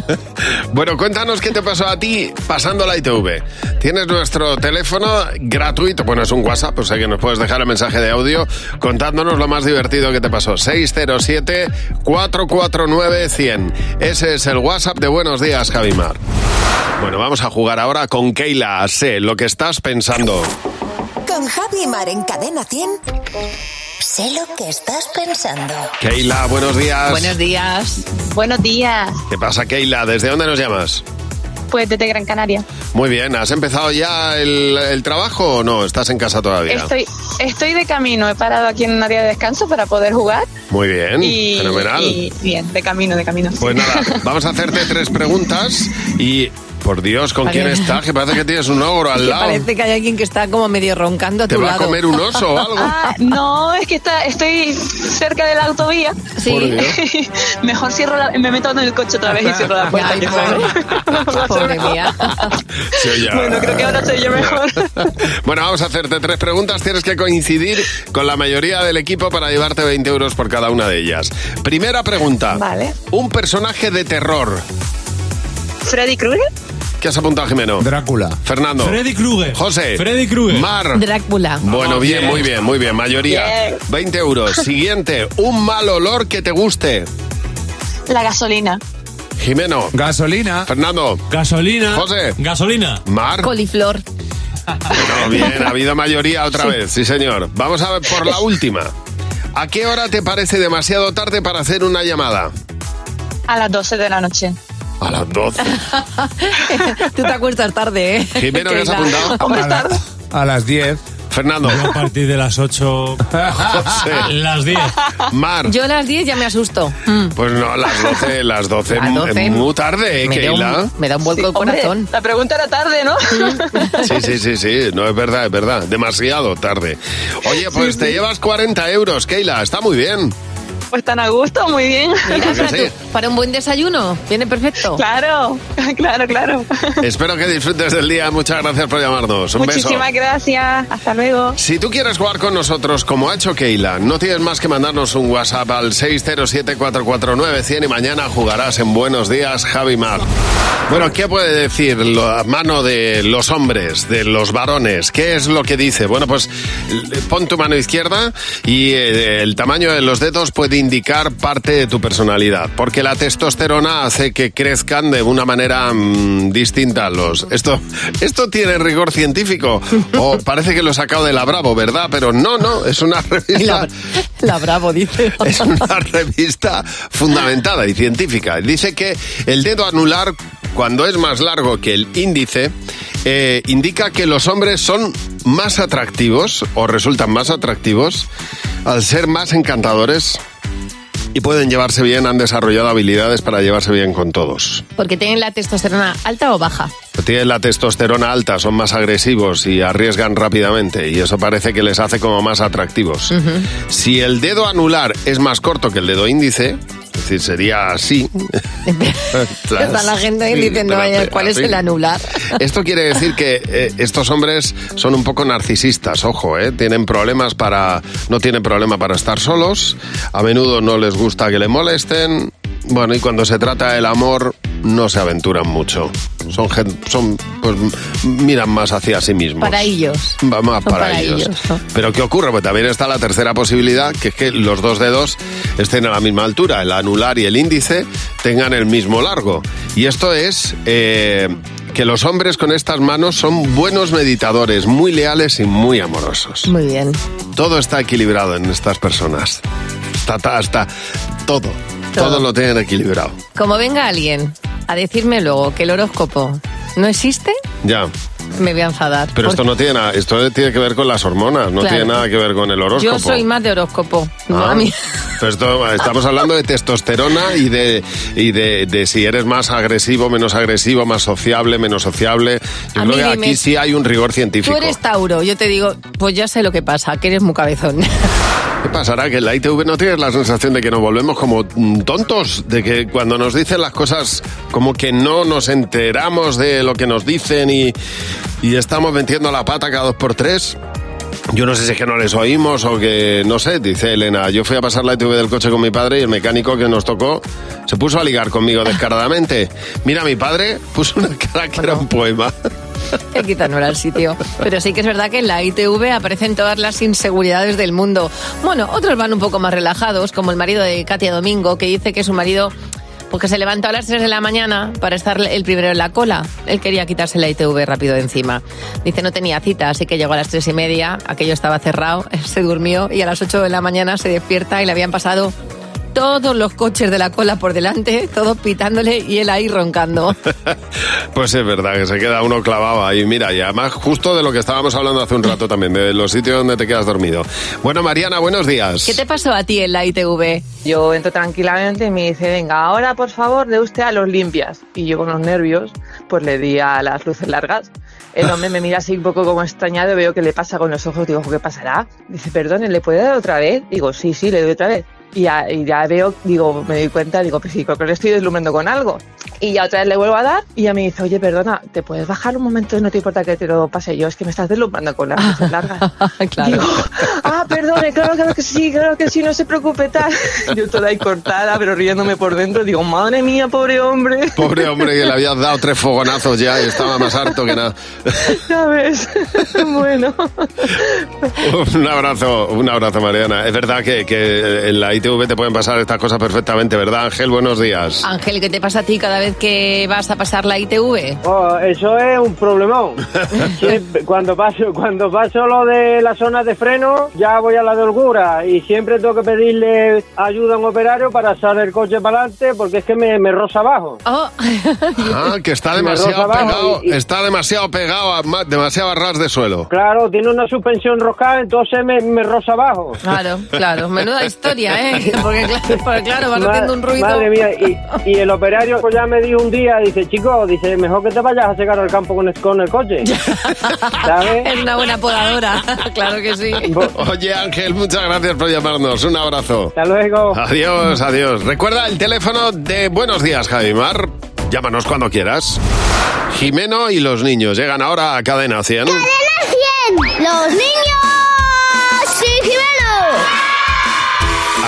Speaker 3: Bueno, cuéntanos qué te pasó a ti pasando la ITV. Tienes nuestro teléfono gratuito, bueno, es un WhatsApp, o sea que nos puedes dejar el mensaje de audio contándonos lo más divertido que te pasó. 607-449-100. Ese es el WhatsApp de Buenos Días, Javimar. Bueno, vamos a jugar ahora con Keila. Sé lo que estás pensando.
Speaker 7: Con Javi y Mar en Cadena 100. Sé lo que estás pensando.
Speaker 3: Keila, buenos días.
Speaker 4: días.
Speaker 24: Buenos días.
Speaker 3: ¿Qué pasa, Keila? ¿Desde dónde nos llamas?
Speaker 24: Pues desde Gran Canaria.
Speaker 3: Muy bien, ¿has empezado ya el, el trabajo o no? ¿Estás en casa todavía?
Speaker 24: Estoy, estoy de camino. He parado aquí en un área de descanso para poder jugar.
Speaker 3: Muy bien,
Speaker 24: y,
Speaker 3: fenomenal.
Speaker 24: y bien, de camino, de camino.
Speaker 3: Pues nada, vamos a hacerte tres preguntas y Por Dios, ¿con quién
Speaker 4: Parece-
Speaker 3: estás? Que parece que tienes un ogro al
Speaker 4: Que
Speaker 3: lado.
Speaker 4: parece que hay alguien que está como medio roncando a
Speaker 3: ¿Te
Speaker 4: tu
Speaker 3: va a
Speaker 4: lado.
Speaker 3: comer un oso o algo?
Speaker 24: Ah, no, es que está, estoy cerca de la autovía.
Speaker 3: Sí. Por Dios.
Speaker 24: Mejor cierro la, me meto en el coche otra vez y cierro la puerta.
Speaker 4: Ay,
Speaker 24: que
Speaker 4: pobre. Pobre mía.
Speaker 3: Sí, oye,
Speaker 24: Bueno,
Speaker 3: ahora-
Speaker 24: creo que ahora soy yo mejor.
Speaker 3: Bueno, vamos a hacerte tres preguntas. Tienes que coincidir con la mayoría del equipo para llevarte 20 euros por cada una de ellas. Primera pregunta. Vale. Un personaje de terror.
Speaker 24: Freddy Krueger.
Speaker 3: ¿Qué has apuntado, Jimeno? Drácula. Fernando.
Speaker 23: Freddy Krueger.
Speaker 3: José.
Speaker 23: Freddy Krueger.
Speaker 3: Mar.
Speaker 4: Drácula.
Speaker 3: Bueno,
Speaker 23: Vamos,
Speaker 3: bien,
Speaker 23: bien.
Speaker 3: muy bien, muy bien. Mayoría.
Speaker 24: Bien.
Speaker 3: 20 euros. Siguiente. Un mal olor que te guste.
Speaker 24: La gasolina.
Speaker 3: Jimeno. Gasolina. Fernando.
Speaker 23: Gasolina.
Speaker 3: José.
Speaker 23: Gasolina.
Speaker 3: Mar.
Speaker 4: Coliflor.
Speaker 3: Bueno, bien, ha habido mayoría otra
Speaker 4: Sí.
Speaker 3: vez, sí señor. Vamos a ver por la última. ¿A qué hora te parece demasiado tarde para hacer una llamada?
Speaker 24: A las 12 de la noche.
Speaker 3: A las 12.
Speaker 4: Tú te acuestas tarde, ¿eh?
Speaker 3: Jimeno, ¿qué has
Speaker 4: Querida.
Speaker 3: apuntado?
Speaker 21: A las 10.
Speaker 3: Fernando.
Speaker 23: a partir de las 8.
Speaker 3: José.
Speaker 23: Las 10.
Speaker 3: Mar.
Speaker 4: Yo a las 10 ya me asusto. Mm.
Speaker 3: Pues no, las 12, las 12,
Speaker 4: Las 12.
Speaker 3: muy tarde, ¿eh,
Speaker 4: Me da un-
Speaker 3: Keila?
Speaker 4: me da un vuelco el corazón.
Speaker 24: La pregunta era tarde, ¿no?
Speaker 3: Sí, sí, sí, sí, no es verdad, es verdad, demasiado tarde. Oye, pues te llevas 40 euros, Keila, está muy bien.
Speaker 24: Pues tan a gusto, muy bien.
Speaker 4: Mira,
Speaker 3: Claro
Speaker 4: para,
Speaker 3: que
Speaker 4: tu- para un buen desayuno, viene perfecto.
Speaker 24: Claro, claro, claro.
Speaker 3: Espero que disfrutes del día, muchas gracias por llamarnos. Un beso.
Speaker 24: Muchísimas gracias. Hasta luego.
Speaker 3: Si tú quieres jugar con nosotros como ha hecho Keila, no tienes más que mandarnos un WhatsApp al 607-449-100 y mañana jugarás en Buenos Días, Javi Mar. Bueno, ¿qué puede decir la mano de los hombres, de los varones? ¿Qué es lo que dice? Bueno, pues l- pon tu mano izquierda y eh, el tamaño de los dedos puede indicar parte de tu personalidad, porque la testosterona hace que crezcan de una manera mm, distinta los. Esto, esto tiene rigor científico o parece que lo he sacado de la Bravo, ¿verdad? Pero no, no, es una revista
Speaker 4: La Bravo dice.
Speaker 3: es una revista fundamentada y científica. Dice que el dedo anular, cuando es más largo que el índice, eh, indica que los hombres son más atractivos o resultan más atractivos al ser más encantadores y pueden llevarse bien, han desarrollado habilidades para llevarse bien con todos.
Speaker 4: Porque tienen la testosterona alta o baja.
Speaker 3: Tienen la testosterona alta, son más agresivos y arriesgan rápidamente y eso parece que les hace como más atractivos. Si el dedo anular es más corto que el dedo índice, es decir, sería así.
Speaker 4: Está la gente ahí
Speaker 3: Ah, Sí,
Speaker 4: diciendo,
Speaker 3: espérate,
Speaker 4: "Oye, ¿cuál es
Speaker 3: así".
Speaker 4: el anular?
Speaker 3: Esto quiere decir que eh, estos hombres son un poco narcisistas, ojo, eh, tienen problemas para no tienen problema para estar solos, a menudo no les gusta que le molesten. Bueno, y cuando se trata del amor no se aventuran mucho. Son gen- son pues m- miran más hacia sí mismos.
Speaker 4: Para ellos.
Speaker 3: Va
Speaker 4: Son
Speaker 3: más para,
Speaker 4: para
Speaker 3: ellos.
Speaker 4: ellos, ¿no?
Speaker 3: Pero ¿qué ocurre? Pues también está la tercera posibilidad, que es que los dos dedos estén a la misma altura, el anular y el índice tengan el mismo largo. Y esto es eh, que los hombres con estas manos son buenos meditadores, muy leales y muy amorosos.
Speaker 4: Muy bien.
Speaker 3: Todo está equilibrado en estas personas. Está, está, está todo. Todo, lo tienen equilibrado.
Speaker 4: Como venga alguien a decirme luego que el horóscopo no existe,
Speaker 3: Ya.
Speaker 4: me voy a enfadar.
Speaker 3: Pero
Speaker 4: Porque
Speaker 3: esto no tiene nada, esto tiene que ver con las hormonas, no
Speaker 4: Claro.
Speaker 3: tiene nada que ver con el
Speaker 4: Yo
Speaker 3: horóscopo.
Speaker 4: soy más de horóscopo. No,
Speaker 3: Ah,
Speaker 4: a mí.
Speaker 3: pero esto- estamos hablando de testosterona y de y de, de si eres más agresivo, menos agresivo, más sociable, menos sociable. Yo
Speaker 4: A
Speaker 3: creo
Speaker 4: mí
Speaker 3: que
Speaker 4: dime,
Speaker 3: aquí sí hay un rigor científico.
Speaker 4: Tú eres Tauro, yo te digo, pues ya sé lo que pasa, que eres muy cabezón.
Speaker 3: ¿Qué pasará? Que en la ITV no tienes la sensación de que nos volvemos como mm, tontos, de que cuando nos dicen las cosas como que no nos enteramos de lo que nos dicen y, y estamos metiendo la pata cada dos por tres. Yo no sé si es que no les oímos o que, no sé, dice Elena, yo fui a pasar la ITV del coche con mi padre y el mecánico que nos tocó se puso a ligar conmigo descaradamente. Mira, mi padre puso una cara que era un poema.
Speaker 4: Que quizá no era el sitio. Pero sí que es verdad que en la ITV aparecen todas las inseguridades del mundo. Bueno, otros van un poco más relajados, como el marido de Katia Domingo, que dice que su marido pues que se levantó a las 3 de la mañana para estar el primero en la cola. Él quería quitarse la ITV rápido de encima. Dice, no tenía cita, así que llegó a las 3 y media, aquello estaba cerrado, se durmió y a las 8 de la mañana se despierta y le habían pasado todos los coches de la cola por delante, todos pitándole y él ahí roncando.
Speaker 3: Pues es verdad que se queda uno clavado ahí. Mira, y además justo de lo que estábamos hablando hace un rato también, de los sitios donde te quedas dormido. Bueno, Mariana, buenos días.
Speaker 4: ¿Qué te pasó a ti en la ITV?
Speaker 6: Yo entro tranquilamente y me dice, venga, ahora por favor dé usted a los limpias. Y yo con los nervios, pues le di a las luces largas. El hombre me mira así un poco como extrañado, veo que le pasa con los ojos, digo, ¿qué pasará? Dice, perdone, ¿le puede dar otra vez? Digo, sí, sí, le doy otra vez. Y ya, y ya veo, digo, me doy cuenta, digo, pues sí, creo que le estoy deslumbrando con algo. Y ya otra vez le vuelvo a dar y ya me dice, oye, perdona, ¿te puedes bajar un momento? No te importa que te lo pase yo, es que me estás deslumbrando con las luces largas.
Speaker 4: claro.
Speaker 6: Digo, ah, perdone, claro, claro que sí, claro que sí, no se preocupe, tal. Yo toda ahí cortada, pero riéndome por dentro, digo, madre mía, pobre hombre.
Speaker 3: Pobre hombre que le habías dado tres fogonazos ya y estaba más harto que nada.
Speaker 6: ¿Sabes? bueno.
Speaker 3: Un abrazo, un abrazo, Mariana. Es verdad que, que en la ITV te pueden pasar estas cosas perfectamente, ¿verdad, Ángel? Buenos días.
Speaker 4: Ángel, ¿qué te pasa a ti cada vez que vas a pasar la ITV?
Speaker 8: Oh, eso es un problemón. Siempre- cuando paso cuando paso lo de la zona de freno, ya voy a la de holgura y siempre tengo que pedirle ayuda a un operario para salir el coche para adelante porque es que me, me roza abajo.
Speaker 4: Oh.
Speaker 3: Ah, que está
Speaker 8: Me roza
Speaker 3: demasiado
Speaker 8: abajo
Speaker 3: pegado,
Speaker 8: y- y-
Speaker 3: está demasiado pegado, a ma- demasiado a ras de suelo.
Speaker 8: Claro, tiene una suspensión roscada, entonces me, me roza abajo.
Speaker 4: Claro, claro, menuda historia, ¿eh? Porque claro, porque, claro, vas
Speaker 8: Ma-
Speaker 4: haciendo un ruido.
Speaker 8: Madre mía, y, y el operario pues, ya me dijo un día, dice, chico, dice, mejor que te vayas a secar al campo con el, con el coche. ¿Sabes?
Speaker 4: Es una buena podadora, claro que sí.
Speaker 3: Oye, Ángel, muchas gracias por llamarnos. Un abrazo.
Speaker 8: Hasta luego.
Speaker 3: Adiós, adiós. Recuerda el teléfono de Buenos Días, Javimar. Llámanos cuando quieras. Jimeno y los niños llegan ahora a Cadena 100.
Speaker 9: ¡Los niños! ¡Sí,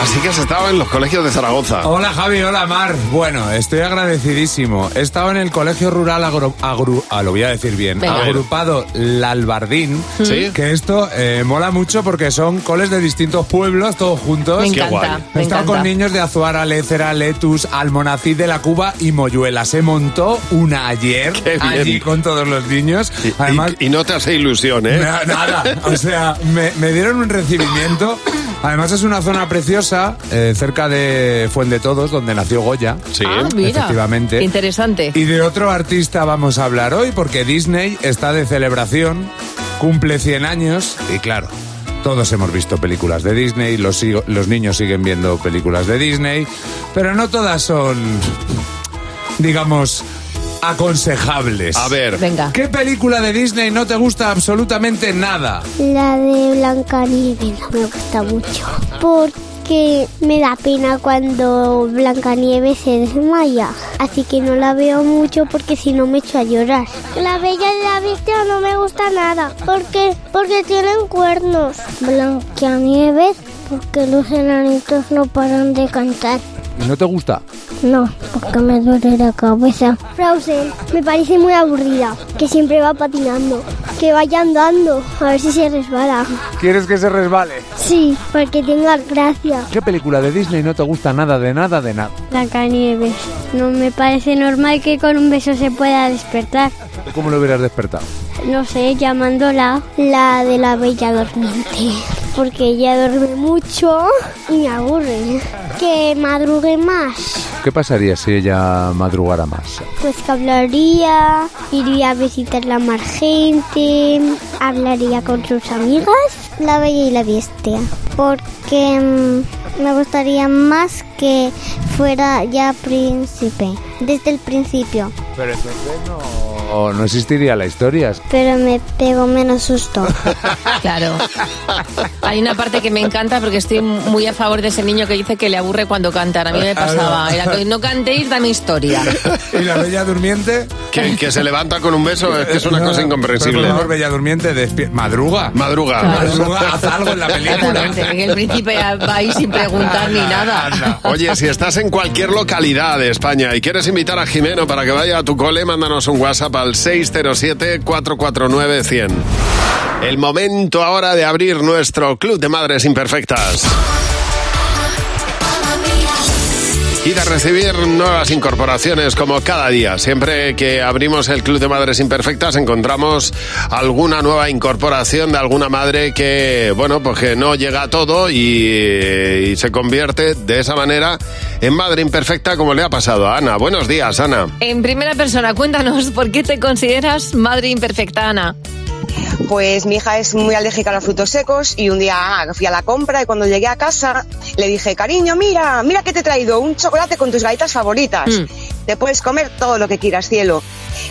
Speaker 3: Así que has estado en los colegios de Zaragoza.
Speaker 21: Hola Javi, hola Mar. Bueno, estoy agradecidísimo. He estado en el colegio rural agro, agru- ah, lo voy a decir bien,
Speaker 10: Venga.
Speaker 21: agrupado Lalbardín.
Speaker 10: Sí.
Speaker 21: Que esto eh, mola mucho porque son coles de distintos pueblos, todos juntos.
Speaker 10: Me Qué encanta, guay.
Speaker 21: He
Speaker 10: me
Speaker 21: estado
Speaker 10: encanta.
Speaker 21: con niños de Azuara, Lecera, Letus, Almonacid de la Cuba y Moyuela. Se montó una ayer
Speaker 3: bien.
Speaker 21: allí con todos los niños. Además,
Speaker 3: Y no te hace ilusión, ¿eh?
Speaker 21: Na- nada, o sea, me, me dieron un recibimiento. Además es una zona preciosa, eh, cerca de Fuente Todos, donde nació Goya. Sí,
Speaker 4: Ah, mira.
Speaker 21: efectivamente.
Speaker 4: Qué Interesante.
Speaker 21: Y de otro artista vamos a hablar hoy porque Disney está de celebración, cumple 100 años y claro, todos hemos visto películas de Disney, los, sigo- los niños siguen viendo películas de Disney, pero no todas son, digamos, aconsejables.
Speaker 3: A ver.
Speaker 21: Venga. ¿qué película de Disney no te gusta absolutamente nada?
Speaker 9: La de Blancanieves no me gusta mucho. Porque me da pena cuando Blancanieves se desmaya. Así que no la veo mucho porque si no me echo a llorar. La Bella y la Bestia no me gusta nada. Porque, porque tienen cuernos. Blancanieves porque los enanitos no paran de cantar.
Speaker 21: ¿No te gusta?
Speaker 9: No, porque me duele la cabeza. Frozen, me parece muy aburrida, que siempre va patinando, que vaya andando, a ver si se resbala.
Speaker 21: ¿Quieres que se resbale?
Speaker 9: Sí, porque tenga gracia.
Speaker 21: ¿Qué película de Disney no te gusta nada de nada de nada?
Speaker 9: Blancanieves, no me parece normal que con un beso se pueda despertar.
Speaker 21: ¿Cómo lo hubieras despertado?
Speaker 9: No sé, llamándola la de la bella dormiente. Porque ella duerme mucho y me aburre. Que madrugue más.
Speaker 21: ¿Qué pasaría si ella madrugara más?
Speaker 9: Pues que hablaría, iría a visitar la mar gente, hablaría con sus amigas. La bella y la bestia. Porque mm, me gustaría más que fuera ya príncipe, desde el principio.
Speaker 21: Pero entonces no, no existiría la historia.
Speaker 9: Pero me pego menos susto.
Speaker 4: Claro. Hay una parte que me encanta porque estoy muy a favor de ese niño que dice que le aburre cuando cantan. A mí me pasaba. Era que no cantéis, dame historia.
Speaker 21: ¿Y la Bella Durmiente?
Speaker 3: Que, que se levanta con un beso, es que es una cosa
Speaker 21: Pero
Speaker 3: incomprensible.
Speaker 21: por favor, Bella Durmiente, despie- madruga.
Speaker 3: Madruga.
Speaker 21: Madruga, haz algo en la película.
Speaker 4: Exactamente. Que el príncipe va ahí sin preguntar ni nada.
Speaker 3: Oye, si estás en cualquier localidad de España y quieres invitar a Jimeno para que vaya a tu cole, mándanos un WhatsApp al 607-449-100. El momento ahora de abrir nuestro Club de Madres Imperfectas. Y de recibir nuevas incorporaciones como cada día. Siempre que abrimos el Club de Madres Imperfectas encontramos alguna nueva incorporación de alguna madre que, bueno, pues que no llega a todo y, y se convierte de esa manera en madre imperfecta como le ha pasado a Ana. Buenos días, Ana.
Speaker 4: En primera persona, cuéntanos por qué te consideras madre imperfecta, Ana.
Speaker 10: Pues mi hija es muy alérgica a los frutos secos y un día fui a la compra y cuando llegué a casa le dije, cariño, mira, mira que te he traído un chocolate con tus galletas favoritas. Te puedes comer todo lo que quieras, cielo.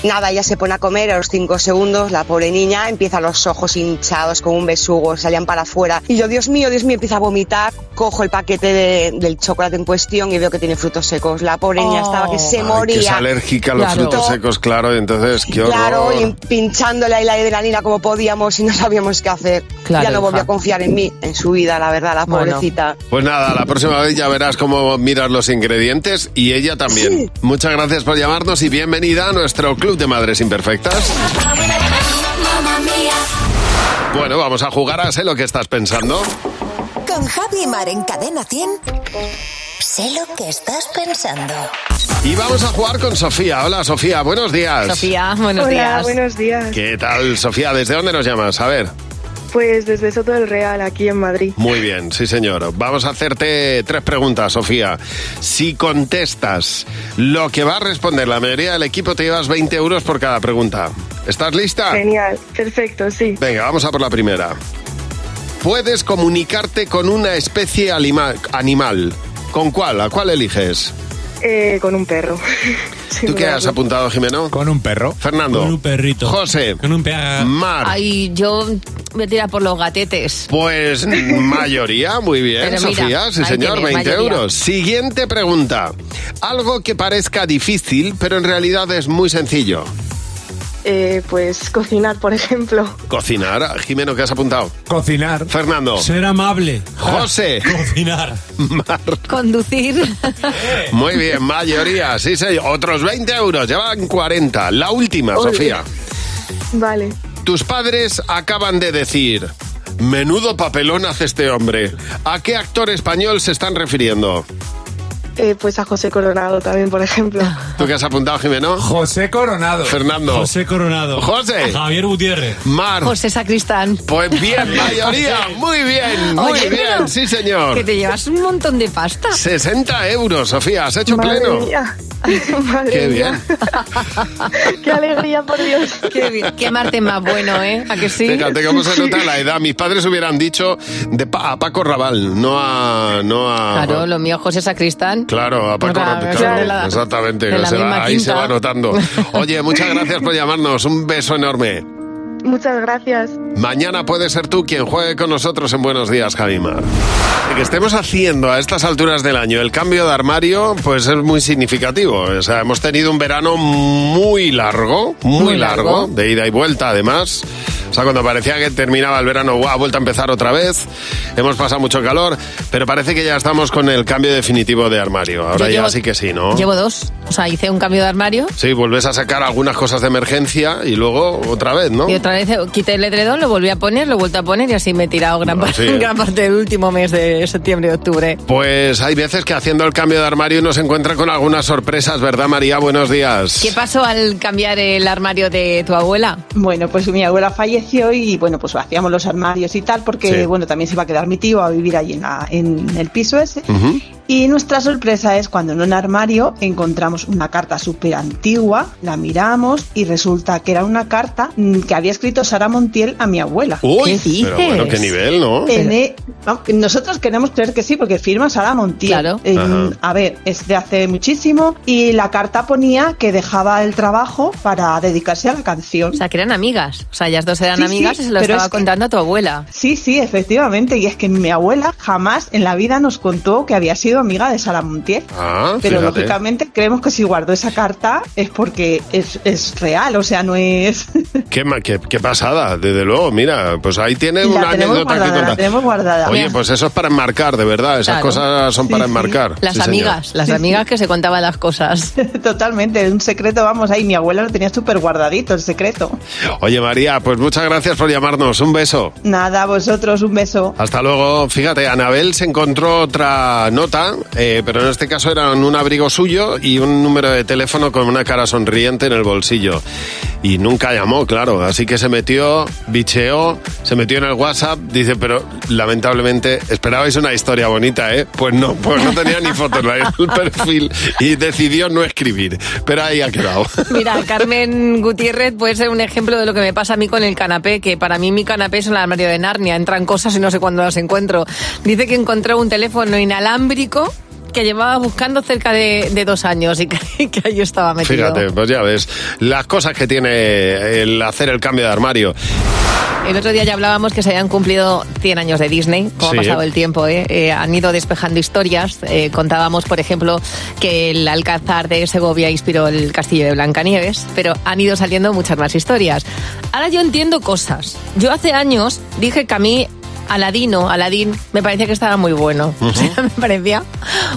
Speaker 10: Nada, ella se pone a comer a los cinco segundos, la pobre niña empieza los ojos hinchados con un besugo, salían para afuera. Y yo, Dios mío, Dios mío, empieza a vomitar, cojo el paquete de- del chocolate en cuestión y veo que tiene frutos secos. La pobre niña estaba que se
Speaker 3: Ay,
Speaker 10: moría.
Speaker 3: que es alérgica a los
Speaker 10: Claro.
Speaker 3: frutos secos, claro, y entonces, qué horror.
Speaker 10: Claro, y pinchando la adrenalina como podíamos y no sabíamos qué hacer.
Speaker 3: Claro,
Speaker 10: ya no volvió
Speaker 3: hija.
Speaker 10: a confiar en mí, en su vida, la verdad, la
Speaker 3: Bueno.
Speaker 10: pobrecita.
Speaker 3: Pues nada, la próxima vez ya verás cómo miras los ingredientes y ella también. Muchas gracias por llamarnos y bienvenida a nuestro Club de Madres Imperfectas. Bueno, vamos a jugar a sé lo que estás pensando.
Speaker 7: Con Javi y Mar en Cadena 100. Sé lo que estás pensando.
Speaker 3: Y vamos a jugar con Sofía. Hola, Sofía, buenos días.
Speaker 4: Sofía, buenos
Speaker 16: Hola,
Speaker 4: días.
Speaker 16: buenos días.
Speaker 3: ¿Qué tal, Sofía? ¿Desde dónde nos llamas? A ver.
Speaker 16: Pues desde Soto del Real, aquí en Madrid.
Speaker 3: Muy bien, sí señor. Vamos a hacerte tres preguntas, Sofía. Si contestas lo que va a responder la mayoría del equipo, te llevas 20 euros por cada pregunta. ¿Estás lista?
Speaker 16: Genial, perfecto, sí.
Speaker 3: Venga, vamos a por la primera. Puedes comunicarte con una especie alima- animal. ¿Con cuál? ¿A cuál eliges?
Speaker 16: Eh, con un perro.
Speaker 3: ¿Tú qué has apuntado, Jimeno? Con un perro. Fernando. Con un perrito. José. Con un perro. Mar.
Speaker 4: Ay, yo voy a tirar por los gatetes.
Speaker 3: Pues mayoría, muy bien,
Speaker 4: Pero mira,
Speaker 3: Sofía, sí
Speaker 4: ahí
Speaker 3: señor,
Speaker 4: tiene,
Speaker 3: 20
Speaker 4: mayoría.
Speaker 3: euros. Siguiente pregunta. Algo que parezca difícil, pero en realidad es muy sencillo.
Speaker 16: Eh, pues cocinar, por ejemplo.
Speaker 3: Cocinar. Jimeno, ¿qué has apuntado?
Speaker 25: Cocinar.
Speaker 3: Fernando.
Speaker 25: Ser
Speaker 5: amable.
Speaker 3: José.
Speaker 5: Cocinar.
Speaker 4: Conducir.
Speaker 3: Muy bien, mayoría, sí señor. Otros 20 euros, llevan 40. La última,
Speaker 16: Ole.
Speaker 3: Sofía.
Speaker 16: Vale.
Speaker 3: Tus padres acaban de decir, menudo papelón hace este hombre. ¿A qué actor español se están refiriendo?
Speaker 16: Eh, pues a José Coronado también, por ejemplo.
Speaker 3: ¿Tú qué has apuntado, Jimeno?
Speaker 25: José Coronado.
Speaker 3: Fernando.
Speaker 25: José
Speaker 5: Coronado.
Speaker 3: José.
Speaker 5: Javier Gutiérrez.
Speaker 3: Mar.
Speaker 4: José Sacristán.
Speaker 3: Pues bien, mayoría. Muy bien, muy
Speaker 4: Oye, pero
Speaker 3: bien. Sí, señor.
Speaker 4: Que te llevas un montón de pasta.
Speaker 3: 60 euros, Sofía. Has hecho
Speaker 16: Madre
Speaker 3: pleno.
Speaker 16: mía. Madre
Speaker 3: Qué
Speaker 16: mía. Qué alegría, por Dios.
Speaker 4: Qué, bien, qué martes más bueno, ¿eh? ¿A que sí?
Speaker 3: Fíjate cómo se nota la edad. Mis padres hubieran dicho de pa- a Paco Raval, no a... No a
Speaker 4: Claro, lo mío José Sacristán.
Speaker 3: Claro, a Paco
Speaker 4: Claro,
Speaker 3: Raval.
Speaker 4: eso
Speaker 3: claro,
Speaker 4: de la-
Speaker 3: exactamente.
Speaker 4: de la
Speaker 3: se va-
Speaker 4: misma
Speaker 3: ahí se
Speaker 4: quinta.
Speaker 3: va notando. Oye, muchas gracias por llamarnos. Un beso enorme.
Speaker 16: Muchas gracias.
Speaker 3: Mañana puedes ser tú quien juegue con nosotros en Buenos Días, Javimar. Que estemos haciendo a estas alturas del año el cambio de armario, pues es muy significativo. O sea, hemos tenido un verano muy largo, muy,
Speaker 26: Muy largo.
Speaker 3: largo, de ida y vuelta además. O sea, cuando parecía que terminaba el verano, ¡guau! Ha vuelto a empezar otra vez. Hemos pasado mucho calor, pero parece que ya estamos con el cambio definitivo de armario. Ahora
Speaker 4: Yo
Speaker 3: ya
Speaker 4: llevo-
Speaker 3: sí que sí, ¿no?
Speaker 4: Llevo dos. O sea, hice un cambio de armario
Speaker 3: Sí, vuelves a sacar algunas cosas de emergencia y luego otra vez, ¿no?
Speaker 4: y otra vez quité el edredón, lo volví a poner, lo he vuelto a poner y así me he tirado gran, par-
Speaker 3: sí, ¿eh?
Speaker 4: gran parte del último mes de septiembre y octubre.
Speaker 3: Pues hay veces que haciendo el cambio de armario uno se encuentra con algunas sorpresas, ¿verdad, María? Buenos días.
Speaker 4: ¿Qué pasó al cambiar el armario de tu abuela?
Speaker 6: Bueno, pues mi abuela falleció y bueno, pues hacíamos los armarios y tal, porque
Speaker 4: Sí.
Speaker 6: bueno, también se iba a quedar mi tío a vivir allí en, la- en el piso ese. Y nuestra sorpresa es cuando en un armario encontramos una carta súper antigua, la miramos y resulta que era una carta mm, que había escrito Sara Montiel a mi abuela.
Speaker 3: Uy, pero bueno, qué nivel, ¿no?
Speaker 6: En e- no, Nosotros queremos creer que sí, porque firma Sara Montiel. Eh,
Speaker 3: Ajá.
Speaker 6: a ver, es de hace muchísimo. Y la carta ponía que dejaba el trabajo para dedicarse a la canción.
Speaker 4: O sea, que eran amigas. O sea, ellas dos eran
Speaker 6: Sí,
Speaker 4: amigas
Speaker 6: sí,
Speaker 4: y se lo
Speaker 6: pero
Speaker 4: estaba
Speaker 6: es que-
Speaker 4: contando a tu abuela.
Speaker 6: Sí, sí, efectivamente. Y es que mi abuela jamás en la vida nos contó que había sido amiga de Sara Montiel.
Speaker 3: Ah,
Speaker 6: Pero
Speaker 3: fíjate.
Speaker 6: lógicamente creemos que si guardó esa carta es porque es, es real, o sea, no es...
Speaker 3: Qué, ma- qué- qué pasada, desde luego. Mira, pues ahí tiene
Speaker 6: la
Speaker 3: una
Speaker 6: tenemos
Speaker 3: anécdota que
Speaker 6: guardada, la
Speaker 3: contar.
Speaker 6: tenemos guardada.
Speaker 3: Oye, pues eso es para enmarcar, de verdad. Esas
Speaker 6: Claro.
Speaker 3: cosas son
Speaker 6: Sí,
Speaker 3: para
Speaker 6: sí.
Speaker 3: enmarcar.
Speaker 4: ¿eh? Las
Speaker 3: Pues Sí, señor.
Speaker 4: amigas, las amigas que se contaban las cosas.
Speaker 6: Totalmente, un secreto, vamos, ahí mi abuela lo tenía súper guardadito, el secreto.
Speaker 3: Oye, María, pues muchas gracias por llamarnos. Un beso.
Speaker 6: Nada, vosotros, un beso.
Speaker 3: Hasta luego. Fíjate, Anabel se encontró otra nota ropa, eh, pero en este caso eran un abrigo suyo y un número de teléfono con una cara sonriente en el bolsillo. Y nunca llamó, claro, así que se metió, bicheó, se metió en el WhatsApp, dice, pero lamentablemente esperabais una historia bonita, ¿eh? Pues no, pues no tenía ni fotos en el perfil y decidió no escribir, pero ahí ha quedado.
Speaker 4: Mira, Carmen Gutiérrez puede ser un ejemplo de lo que me pasa a mí con el canapé, que para mí mi canapé es un armario de Narnia, entran cosas y no sé cuándo las encuentro. Dice que encontró un teléfono inalámbrico que llevaba buscando cerca de, de dos años y que, que ahí estaba metido.
Speaker 3: Fíjate, pues ya ves, las cosas que tiene el hacer el cambio de armario.
Speaker 4: El otro día ya hablábamos que se habían cumplido 100 años de Disney, como
Speaker 3: Sí.
Speaker 4: ha pasado el tiempo, ¿eh? Eh, han ido despejando historias. Eh, contábamos, por ejemplo, que el Alcázar de Segovia inspiró el castillo de Blancanieves, pero han ido saliendo muchas más historias. Ahora yo entiendo cosas. Yo hace años dije que a mí Aladino, Aladín, me parecía que estaba muy bueno. O sea, me parecía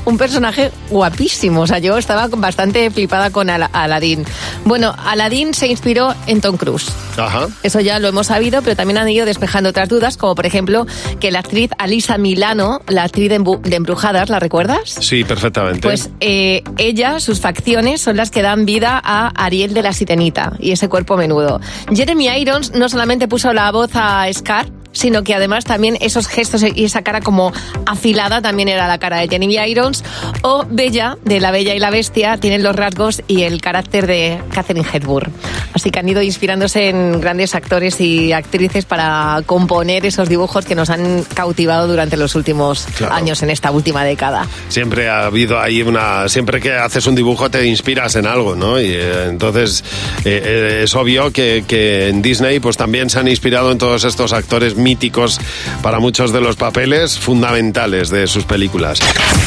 Speaker 4: un personaje guapísimo. O sea, yo estaba bastante flipada con Ala- Aladín. Bueno, Aladín se inspiró en Tom Cruise.
Speaker 3: Ajá.
Speaker 4: Eso ya lo hemos sabido, pero también han ido despejando otras dudas, como por ejemplo que la actriz Alisa Milano, la actriz de, Embu- de Embrujadas, ¿la recuerdas?
Speaker 3: Sí, perfectamente.
Speaker 4: Pues eh, ella, sus facciones son las que dan vida a Ariel de la Sirenita y ese cuerpo menudo. Jeremy Irons no solamente puso la voz a Scar, sino que además también esos gestos y esa cara como afilada también era la cara de Jeremy Irons. O Bella, de La Bella y la Bestia, tienen los rasgos y el carácter de Catherine Hepburn. Así que han ido inspirándose en grandes actores y actrices para componer esos dibujos que nos han cautivado durante los últimos años en esta última década.
Speaker 3: Siempre ha habido ahí una. Siempre que haces un dibujo te inspiras en algo, ¿no? Y eh, entonces eh, eh, es obvio que, que en Disney pues también se han inspirado en todos estos actores míticos para muchos de los papeles fundamentales de sus películas.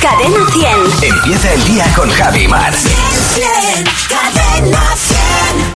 Speaker 7: Cadena 100.
Speaker 12: Empieza el día con Javi Mar.
Speaker 7: Cadena 100.